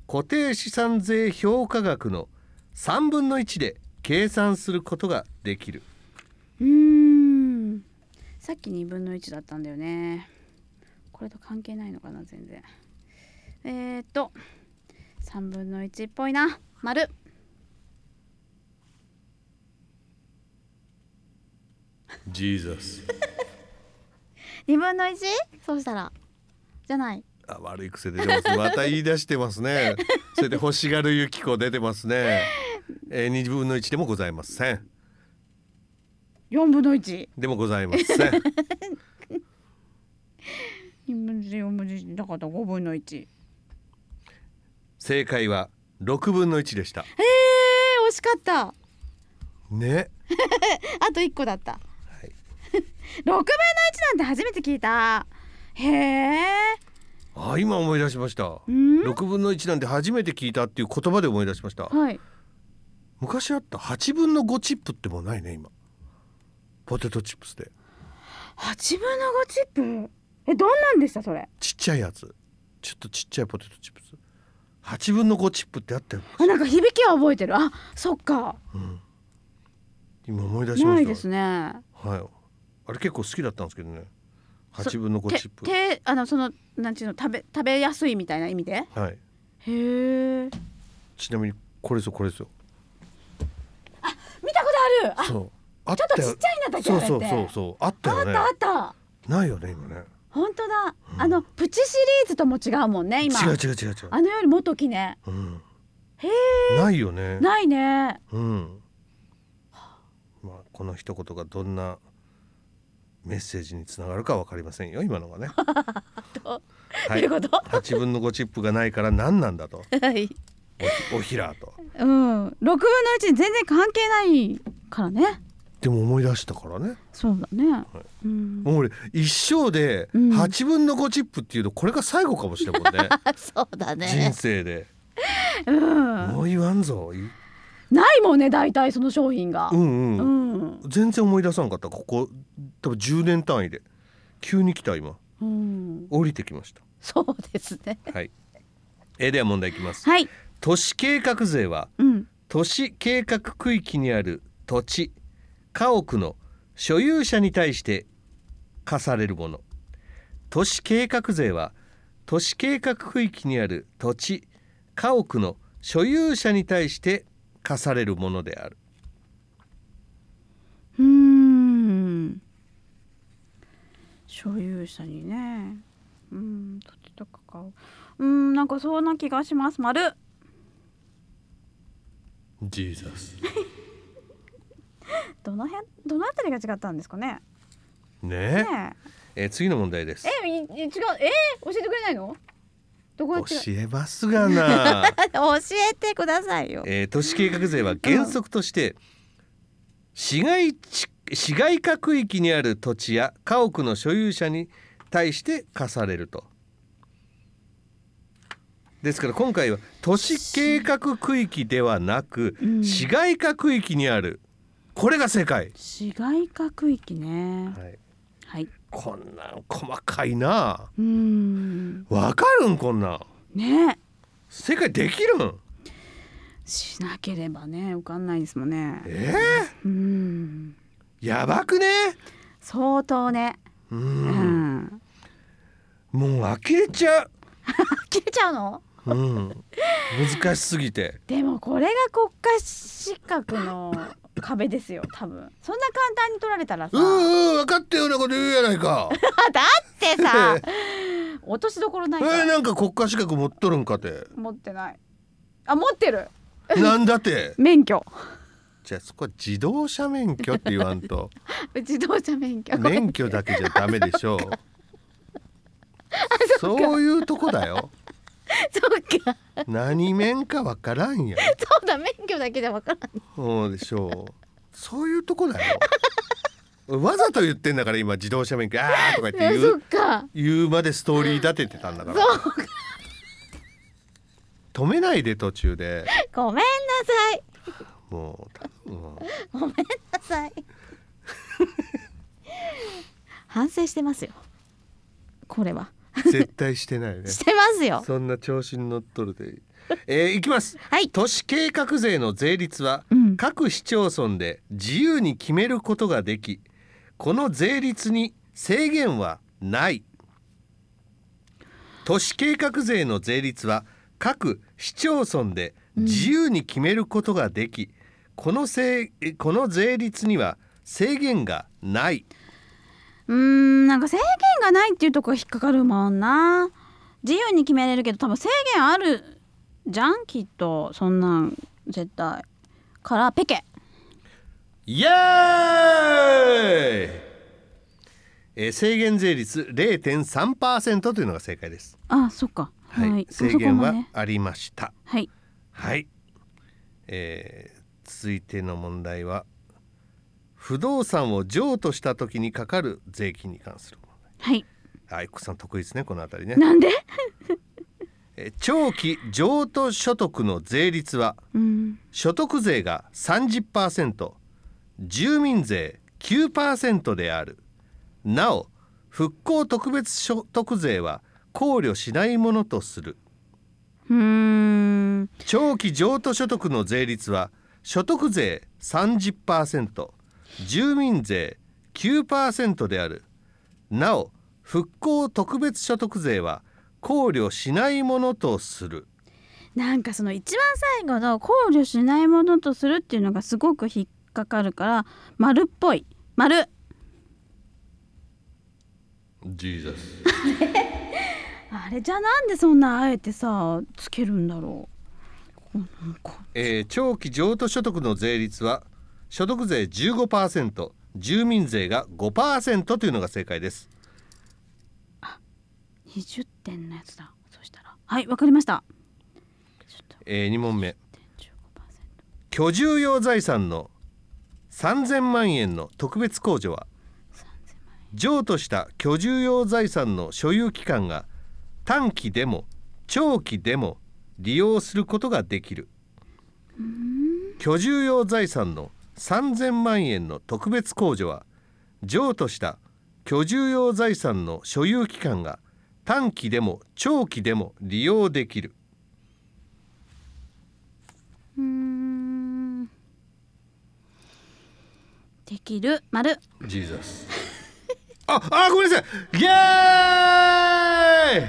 [SPEAKER 1] 固定資産税評価額の3分の1で計算することができる
[SPEAKER 2] うーんさっき2分の1だったんだよねこれと関係ないのかな全然えー、っと3分の1っぽいな丸
[SPEAKER 1] ジーザス
[SPEAKER 2] 2分の 1? そうしたらじゃない
[SPEAKER 1] あ悪い癖出てますまた言い出してますねそれで欲しがるゆきこ出てますね、えー、2分の1でもございません
[SPEAKER 2] 4分の 1!
[SPEAKER 1] でもございません
[SPEAKER 2] 2分の1 4分の1だから5分の1え
[SPEAKER 1] 正解は6分の1でした
[SPEAKER 2] ー、惜しかった
[SPEAKER 1] ね
[SPEAKER 2] あと1個だった
[SPEAKER 1] はい
[SPEAKER 2] 6分の1なんて初めて聞いたへえ
[SPEAKER 1] あ今思い出しました
[SPEAKER 2] うん
[SPEAKER 1] 6分の1なんて初めて聞いたっていう言葉で思い出しました
[SPEAKER 2] はい
[SPEAKER 1] 昔あった8分の5チップってもうないね今ポテトチップスで
[SPEAKER 2] 8分の5チップえどんなんでしたそれ
[SPEAKER 1] ちっちゃいやつちょっとちっちゃいポテトチップス8分の5チップってあったよ、
[SPEAKER 2] あなんか響きは覚えてるあそっか
[SPEAKER 1] うん、今思い出しま
[SPEAKER 2] な
[SPEAKER 1] し
[SPEAKER 2] い
[SPEAKER 1] た
[SPEAKER 2] ですね
[SPEAKER 1] はい。あれ結構好きだったんですけどね。
[SPEAKER 2] そ
[SPEAKER 1] 八分の五
[SPEAKER 2] て
[SPEAKER 1] チップ。
[SPEAKER 2] てあのそのなんちゅうの食べ食べやすいみたいな意味でへ
[SPEAKER 1] はい。
[SPEAKER 2] え
[SPEAKER 1] ちなみにこれですよこれですよ。
[SPEAKER 2] 見たことあるあ
[SPEAKER 1] そう。あっ
[SPEAKER 2] ちょっとちっちゃいんだったっけ
[SPEAKER 1] そうそう
[SPEAKER 2] あれって
[SPEAKER 1] そうそう。あった
[SPEAKER 2] あ
[SPEAKER 1] よ
[SPEAKER 2] っ
[SPEAKER 1] ね
[SPEAKER 2] た。あった
[SPEAKER 1] ないよね今ね。
[SPEAKER 2] 本当だ、
[SPEAKER 1] うん
[SPEAKER 2] あのプチシリーズとも違うもんね今
[SPEAKER 1] 違う違う違う違う。
[SPEAKER 2] あのよりもっと大きいね
[SPEAKER 1] うん。
[SPEAKER 2] へ
[SPEAKER 1] ないよね。
[SPEAKER 2] ないね
[SPEAKER 1] うん。まあこの一言がどんなメッセージにつながるかわかりませんよ今のが ね
[SPEAKER 2] ど
[SPEAKER 1] は
[SPEAKER 2] どういうこと
[SPEAKER 1] 8分の5チップがないから何なんだと
[SPEAKER 2] はい
[SPEAKER 1] おおひらと
[SPEAKER 2] うん6分の1全然関係ないからね
[SPEAKER 1] でも思い出したからね
[SPEAKER 2] そうだね、うん
[SPEAKER 1] もう俺一生で
[SPEAKER 2] うん
[SPEAKER 1] 8分の5チップっていうのこれが最後かもしれんもん ね
[SPEAKER 2] あそうだ
[SPEAKER 1] 人生で
[SPEAKER 2] うん
[SPEAKER 1] もう言わんぞ
[SPEAKER 2] ないもんね大体その商品が
[SPEAKER 1] う、んうん
[SPEAKER 2] ん
[SPEAKER 1] 全然思い出さんかったここ多分10年単位で急に来た今
[SPEAKER 2] うん、
[SPEAKER 1] 降りてきまし
[SPEAKER 2] そうですね
[SPEAKER 1] たはいえーでは問題いきます
[SPEAKER 2] はい、
[SPEAKER 1] 都市計画税は
[SPEAKER 2] うん、
[SPEAKER 1] 都市計画区域にある土地家屋の所有者に対して課されるもの都市計画税は都市計画区域にある土地家屋の所有者に対して課されるものである
[SPEAKER 2] うーん所有者にねうん土地とか買ううんなんかそうな気がします丸
[SPEAKER 1] ジーザス
[SPEAKER 2] どの辺どのあたりが違ったんですかね
[SPEAKER 1] ね
[SPEAKER 2] ね
[SPEAKER 1] ええー次の問題です
[SPEAKER 2] ええいい違うえー教えてくれないのどこが違
[SPEAKER 1] 教
[SPEAKER 2] う
[SPEAKER 1] えますがな
[SPEAKER 2] 教えてくださいよ
[SPEAKER 1] えー都市計画税は原則として市街地市街化区域にある土地や家屋の所有者に対して課されると。ですから今回は都市計画区域ではなく、
[SPEAKER 2] うん
[SPEAKER 1] 市街化区域にあるこれが正解、
[SPEAKER 2] 市街化区域ね
[SPEAKER 1] はい、
[SPEAKER 2] はい
[SPEAKER 1] こんなん細かいな
[SPEAKER 2] うーん
[SPEAKER 1] わかるんこんなん
[SPEAKER 2] ね
[SPEAKER 1] 正解できるん
[SPEAKER 2] しなければね受かんないですもんね
[SPEAKER 1] え
[SPEAKER 2] うーん
[SPEAKER 1] ー、やばくね
[SPEAKER 2] 相当ね
[SPEAKER 1] う
[SPEAKER 2] うんん
[SPEAKER 1] もう呆れちゃう
[SPEAKER 2] 切れちゃうの
[SPEAKER 1] うん、難しすぎて
[SPEAKER 2] でもこれが国家資格 の壁ですよ多分そんな簡単に取られたら
[SPEAKER 1] 「
[SPEAKER 2] さ
[SPEAKER 1] うんうん分かったようなこと言うやないか」
[SPEAKER 2] だって さ落としどころな
[SPEAKER 1] え
[SPEAKER 2] いから、
[SPEAKER 1] ーなんか国家資格持っとるんかて
[SPEAKER 2] 持ってないあ持ってる
[SPEAKER 1] なんだって
[SPEAKER 2] 免許
[SPEAKER 1] じゃあそこは自動車免許って言わんと
[SPEAKER 2] 自動車免許ごめん
[SPEAKER 1] 免許だけじゃダメでしょう
[SPEAKER 2] っか
[SPEAKER 1] そういうとこだよ
[SPEAKER 2] そうか
[SPEAKER 1] 何免かわからんやん
[SPEAKER 2] そうだ免許だけじゃわからない
[SPEAKER 1] そうでしょうそういうとこだよわざと言ってんだから今自動車免許あーとか言って言
[SPEAKER 2] そうっか
[SPEAKER 1] 言うまでストーリー立ててたんだから
[SPEAKER 2] そう
[SPEAKER 1] 止めないで途中で
[SPEAKER 2] ごめんなさい
[SPEAKER 1] もうた、うん
[SPEAKER 2] ごめんなさい 反省してますよこれは
[SPEAKER 1] 絶対してないね
[SPEAKER 2] してますよ
[SPEAKER 1] そんな調子に乗っとるでえー、いきます
[SPEAKER 2] はい
[SPEAKER 1] 都市計画税の税率は
[SPEAKER 2] うん
[SPEAKER 1] 各市町村で自由に決めることができこの税率に制限はない都市計画税の税率は各市町村で自由に決めることができ、このせいこの税率には制限がないう
[SPEAKER 2] ーんなんか制限がないっていうとこが引っかかるもんな自由に決めれるけど多分制限あるじゃんきっとそんなん絶対からペケ
[SPEAKER 1] イエーイ、えー制限税率0.3%というのが正解です。
[SPEAKER 2] あそっか
[SPEAKER 1] はい、
[SPEAKER 2] そこ
[SPEAKER 1] 制限
[SPEAKER 2] も
[SPEAKER 1] は
[SPEAKER 2] ね
[SPEAKER 1] ありました。
[SPEAKER 2] はい
[SPEAKER 1] はい、えー続いての問題は不動産を譲渡した時にかかる税金に関する問
[SPEAKER 2] はい
[SPEAKER 1] 題。愛子さん得意ですねこのあたりね。
[SPEAKER 2] なんで
[SPEAKER 1] えー長期譲渡所得の税率は
[SPEAKER 2] うん
[SPEAKER 1] 所得税が30%住民税9%であるなお復興特別所得税は考慮しないものとする
[SPEAKER 2] うーん
[SPEAKER 1] 長期譲渡所得の税率は所得税30%住民税9%であるなお復興特別所得税は考慮しないものとする
[SPEAKER 2] なんかその一番最後の考慮しないものとするっていうのがすごく引っかかるから丸っぽい丸あれじゃあなんでそんなあえてさつけるんだろうこうなんか
[SPEAKER 1] えー長期譲渡所得の税率は所得税15%住民税が5%というのが正解です
[SPEAKER 2] 20点のやつだそしたらはいわかりましたちょっと
[SPEAKER 1] えー、2問目
[SPEAKER 2] 15%
[SPEAKER 1] 居住用財産の3000万円の特別控除は譲渡した居住用財産の所有期間が短期でも長期でも利用することができる居住用財産の3000万円の特別控除は譲渡した居住用財産の所有期間が短期でも長期でも利用できる
[SPEAKER 2] うーんできる丸
[SPEAKER 1] ジーザス あ、あごめんなさいイ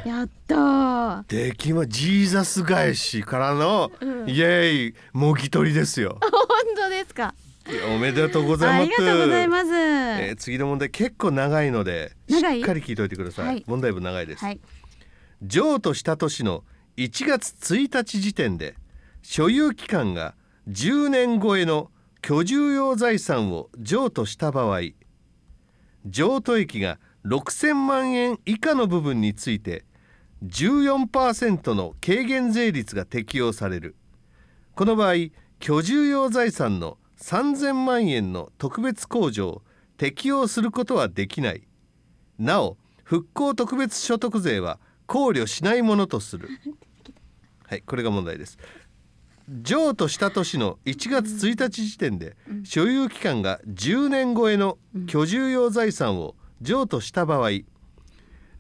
[SPEAKER 1] エーイ
[SPEAKER 2] やったー
[SPEAKER 1] できまジーザス返しからの、
[SPEAKER 2] うん
[SPEAKER 1] イエーイもぎ取りですよ
[SPEAKER 2] 本当ですか
[SPEAKER 1] おめでとうござ
[SPEAKER 2] あ
[SPEAKER 1] い
[SPEAKER 2] り
[SPEAKER 1] ま
[SPEAKER 2] が
[SPEAKER 1] す
[SPEAKER 2] とうございます、
[SPEAKER 1] えー次の問題結構長いのでしっ
[SPEAKER 2] 長い
[SPEAKER 1] かり聞いておいてください、
[SPEAKER 2] はい
[SPEAKER 1] 問題文長いです、
[SPEAKER 2] はい
[SPEAKER 1] 譲渡した年の1月1日時点で所有期間が10年超えの居住用財産を譲渡した場合譲渡益が6000万円以下の部分について14%の軽減税率が適用されるこの場合居住用財産の3000万円の特別控除を適用することはできないなお復興特別所得税は考慮しないものとするはいこれが問題です譲渡した年の1月1日時点で所有期間が10年超えの居住用財産を譲渡した場合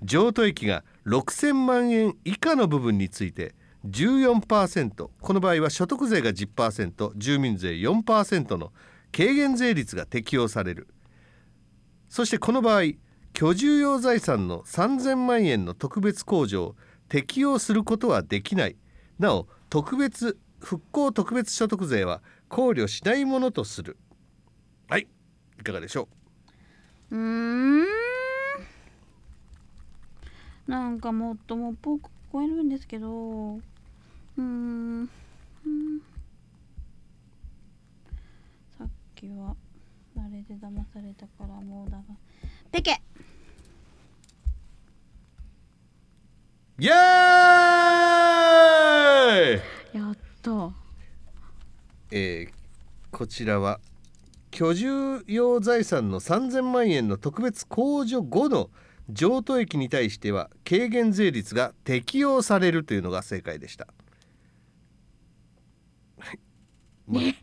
[SPEAKER 1] 譲渡益が6000万円以下の部分について14%この場合は所得税が10%住民税4%の軽減税率が適用されるそしてこの場合居住用財産の3000万円の特別控除を適用することはできないなお特別復興特別所得税は考慮しないものとするはいいかがでしょ
[SPEAKER 2] うーんなんかもっともっぽく聞こえるんですけどうーんうーんさっきは慣れて騙されたからもうだがペケ
[SPEAKER 1] うイエーイ
[SPEAKER 2] やっと
[SPEAKER 1] えーこちらは居住用財産の3000万円の特別控除後の譲渡益に対しては軽減税率が適用されるというのが正解でした。 はい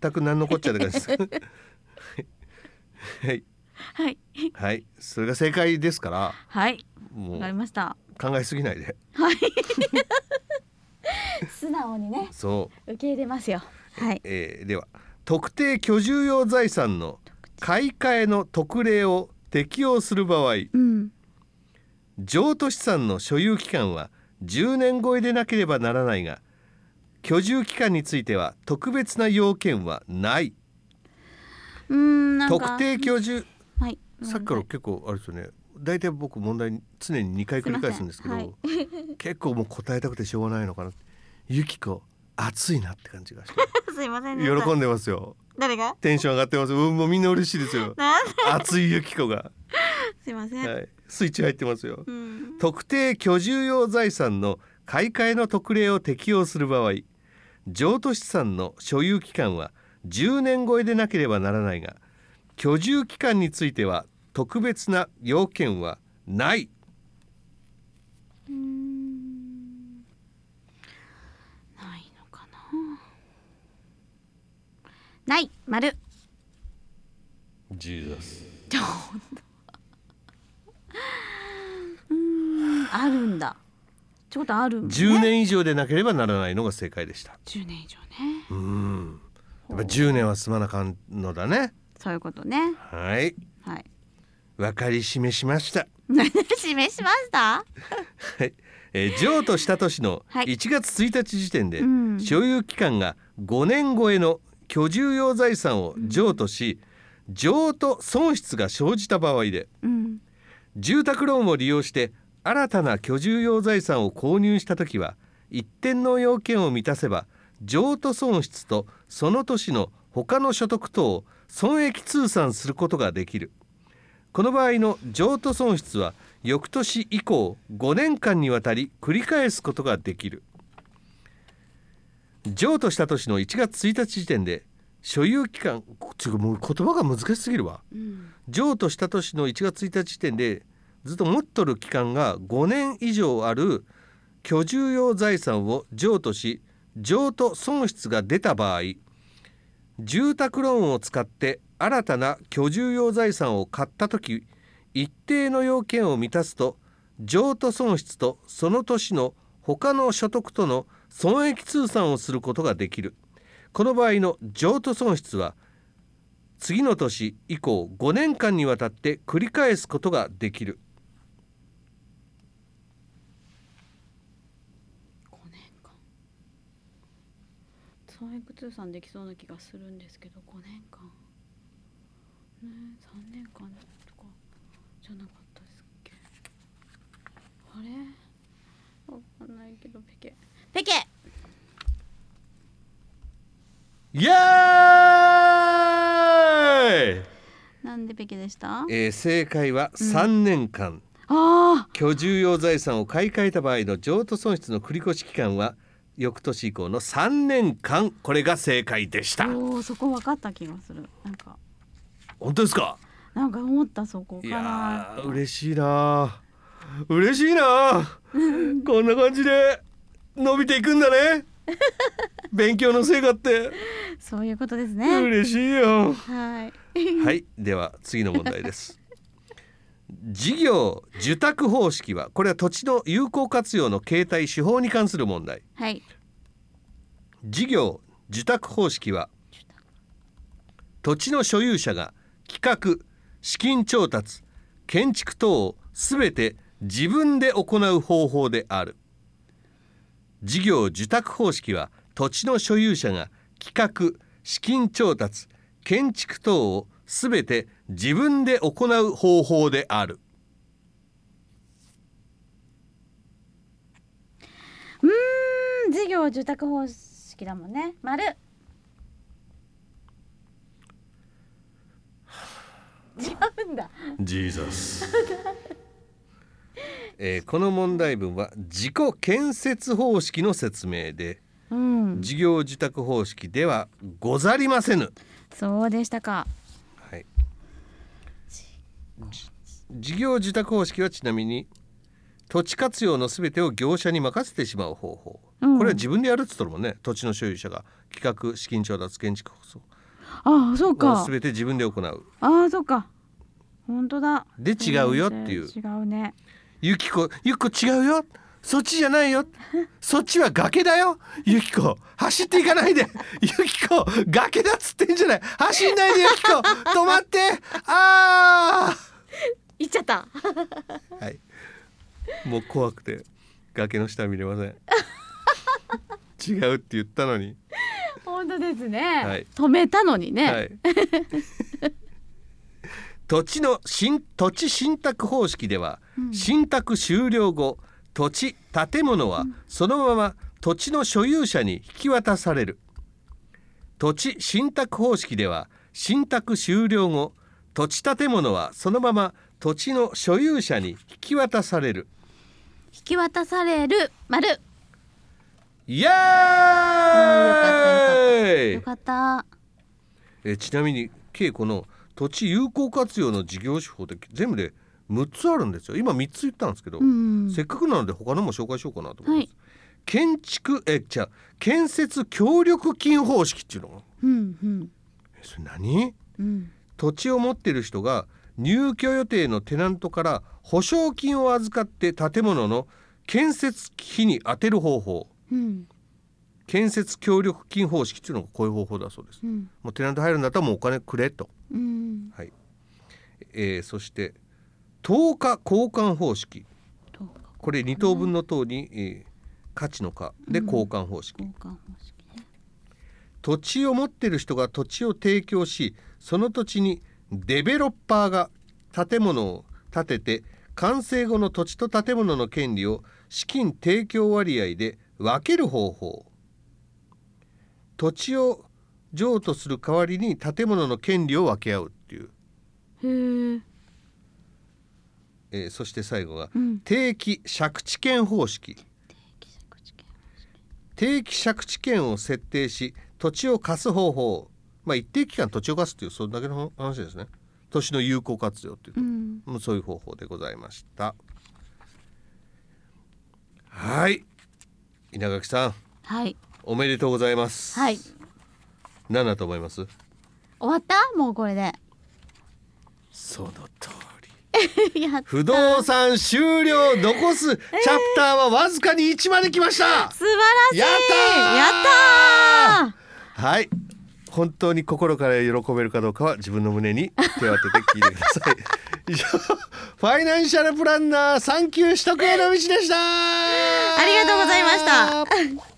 [SPEAKER 1] 全く何のこっちゃでかい です。はい、
[SPEAKER 2] はい
[SPEAKER 1] はい、それが正解ですから、
[SPEAKER 2] はい
[SPEAKER 1] も
[SPEAKER 2] わかり
[SPEAKER 1] う
[SPEAKER 2] ました
[SPEAKER 1] 考えすぎないで。
[SPEAKER 2] 素直にね
[SPEAKER 1] そう。
[SPEAKER 2] 受け入れますよはい
[SPEAKER 1] えーでは特定居住用財産の買い替えの特例を適用する場合
[SPEAKER 2] うん
[SPEAKER 1] 譲渡資産の所有期間は10年超えでなければならないが居住期間については特別な要件はない
[SPEAKER 2] うーんなんか
[SPEAKER 1] 特定居住
[SPEAKER 2] はい
[SPEAKER 1] さっきから結構あれですよね大体僕問題に常に2回繰り返すんですけど
[SPEAKER 2] すいま
[SPEAKER 1] 結構もう答えたくてしょうがないのかなゆきこ熱いなって感じがして
[SPEAKER 2] すいませんね
[SPEAKER 1] 喜んでますよ
[SPEAKER 2] 誰が
[SPEAKER 1] テンション上がってますうんもうみんな嬉しいですよ
[SPEAKER 2] なん
[SPEAKER 1] 熱いゆきこが、
[SPEAKER 2] すいません、
[SPEAKER 1] はい、スイッチ入ってますよ
[SPEAKER 2] うん
[SPEAKER 1] 特定居住用財産の買い替えの特例を適用する場合譲渡資産の所有期間は10年超えでなければならないが居住期間については特別な要件はない
[SPEAKER 2] ないのかなない丸
[SPEAKER 1] ジーザス
[SPEAKER 2] あるんだちょっとあるもんね
[SPEAKER 1] 10年以上でなければならないのが正解でした
[SPEAKER 2] 10年以上ね
[SPEAKER 1] うんやっぱ10年は済まなかんのだね
[SPEAKER 2] そういうことね
[SPEAKER 1] はい
[SPEAKER 2] はい
[SPEAKER 1] 分かり示しました
[SPEAKER 2] 示しました
[SPEAKER 1] はい、えー譲渡した年の
[SPEAKER 2] はい
[SPEAKER 1] 1月1日時点で、
[SPEAKER 2] うん
[SPEAKER 1] 所有期間が5年超えの居住用財産を譲渡し、譲渡損失が生じた場合で
[SPEAKER 2] うん
[SPEAKER 1] 住宅ローンを利用して新たな居住用財産を購入した時は一定の要件を満たせば譲渡損失とその年の他の所得とを損益通算することができるこの場合の譲渡損失は翌年以降5年間にわたり繰り返すことができる譲渡した年の1月1日時点で所有期間ちょもう言葉が難しすぎるわ
[SPEAKER 2] うん
[SPEAKER 1] 譲渡した年の1月1日時点でずっと持っとる期間が5年以上ある居住用財産を譲渡し譲渡損失が出た場合住宅ローンを使って新たな居住用財産を買った時一定の要件を満たすと譲渡損失とその年の他の所得との損益通算をすることができるこの場合の譲渡損失は次の年以降5年間にわたって繰り返すことができる
[SPEAKER 2] 5年間損益通算できそうな気がするんですけど5年間ね3年間とかじゃなかったですっけあれわかんないけどペケペケ
[SPEAKER 1] イエーイ、
[SPEAKER 2] なんでペケでしたあ
[SPEAKER 1] えー正解は3年間、
[SPEAKER 2] あ
[SPEAKER 1] 居住用財産を買い替えた場合の譲渡損失の繰越期間は翌年以降の3年間これが正解でした
[SPEAKER 2] おーそこ分かった気がするなんか
[SPEAKER 1] 本当ですか
[SPEAKER 2] なんか思ったそこか
[SPEAKER 1] い
[SPEAKER 2] な
[SPEAKER 1] やー嬉しいなー嬉しいな ーこんな感じで伸びていくんだね勉強の成果って
[SPEAKER 2] そういうことですね
[SPEAKER 1] 嬉しいよ
[SPEAKER 2] はい
[SPEAKER 1] はい、では次の問題です。事業受託方式はこれは土地の有効活用の形態手法に関する問題。
[SPEAKER 2] はい
[SPEAKER 1] 事業受託方式は土地の所有者が企画資金調達建築等を全て自分で行う方法である事業受託方式は土地の所有者が企画資金調達建築等を全て自分で行う方法である
[SPEAKER 2] うん事業受託方式だもんね丸違うんだ
[SPEAKER 1] ジーザス。 えーこの問題文は自己建設方式の説明で
[SPEAKER 2] うん
[SPEAKER 1] 事業受託方式ではござりませぬ、
[SPEAKER 2] そうでしたか
[SPEAKER 1] はい、じ事業受託方式はちなみに土地活用のすべてを業者に任せてしまう方法、
[SPEAKER 2] うん
[SPEAKER 1] これは自分でやるっつっとるもんね土地の所有者が企画資金調達建築
[SPEAKER 2] ああそうか
[SPEAKER 1] すべて自分で行う
[SPEAKER 2] ああそうか本当だ
[SPEAKER 1] で違うよっていう
[SPEAKER 2] 違うね
[SPEAKER 1] ゆきこ、ゆきこ違うよ。そっちじゃないよ。そっちは崖だよ。ゆきこ、走っていかないで。ゆきこ、崖だっつってんじゃない。走んないで、ゆきこ。止まって。あ
[SPEAKER 2] 行っちゃっ
[SPEAKER 1] あ。
[SPEAKER 2] た
[SPEAKER 1] はい。もう怖くて。崖の下見れません。違うって言ったのに。
[SPEAKER 2] 本当ですね、
[SPEAKER 1] はい
[SPEAKER 2] 止めたのにね、
[SPEAKER 1] はい。土地の新土地信託方式では、
[SPEAKER 2] うん
[SPEAKER 1] 信託終了後土地建物はそのまま土地の所有者に引き渡される土地信託方式では信託終了後土地建物はそのまま土地の所有者に引き渡される
[SPEAKER 2] 引き渡される丸
[SPEAKER 1] イエー
[SPEAKER 2] よ
[SPEAKER 1] イ
[SPEAKER 2] かった
[SPEAKER 1] えちなみに稽古の土地有効活用の事業手法って全部で6つあるんですよ今3つ言ったんですけど、
[SPEAKER 2] うん
[SPEAKER 1] せっかくなので他のも紹介しようかなと思います、
[SPEAKER 2] はい
[SPEAKER 1] 建築えじゃ建設協力金方式っていうのが
[SPEAKER 2] うんうん
[SPEAKER 1] えそれ何
[SPEAKER 2] うん
[SPEAKER 1] 土地を持ってる人が入居予定のテナントから保証金を預かって建物の建設費に充てる方法
[SPEAKER 2] うん
[SPEAKER 1] 建設協力金方式っていうのがこういう方法だそうです
[SPEAKER 2] うん
[SPEAKER 1] もうテナント入るんだったらもうお金くれと
[SPEAKER 2] うん
[SPEAKER 1] はい、えーそして10日交換方式
[SPEAKER 2] どうか
[SPEAKER 1] これ2等分の等に、えー価値の価で交換方式、
[SPEAKER 2] 交換方式ね
[SPEAKER 1] 土地を持ってる人が土地を提供しその土地にデベロッパーが建物を建てて完成後の土地と建物の権利を資金提供割合で分ける方法土地を譲渡する代わりに建物の権利を分け合うっていう、
[SPEAKER 2] へえ
[SPEAKER 1] えーそして最後が
[SPEAKER 2] うん
[SPEAKER 1] 定期借地権方式定期借地権を設定し土地を貸す方法まあ一定期間土地を貸すっていうそれだけの話ですね土地の有効活用っていう
[SPEAKER 2] う
[SPEAKER 1] と、
[SPEAKER 2] ん
[SPEAKER 1] もうそういう方法でございましたはい稲垣さん
[SPEAKER 2] はい
[SPEAKER 1] おめでとうございます
[SPEAKER 2] はい
[SPEAKER 1] 何だと思います
[SPEAKER 2] 終わったもうこれで
[SPEAKER 1] その通り
[SPEAKER 2] やっ
[SPEAKER 1] 不動産終了残すチャプターはわずかに1まで来ました、
[SPEAKER 2] 素晴らしい
[SPEAKER 1] やったー
[SPEAKER 2] やったー
[SPEAKER 1] はい本当に心から喜べるかどうかは自分の胸に手を当てて聞いてくだ さい以上ファイナンシャルプランナー3級取得への道でした
[SPEAKER 2] ありがとうございました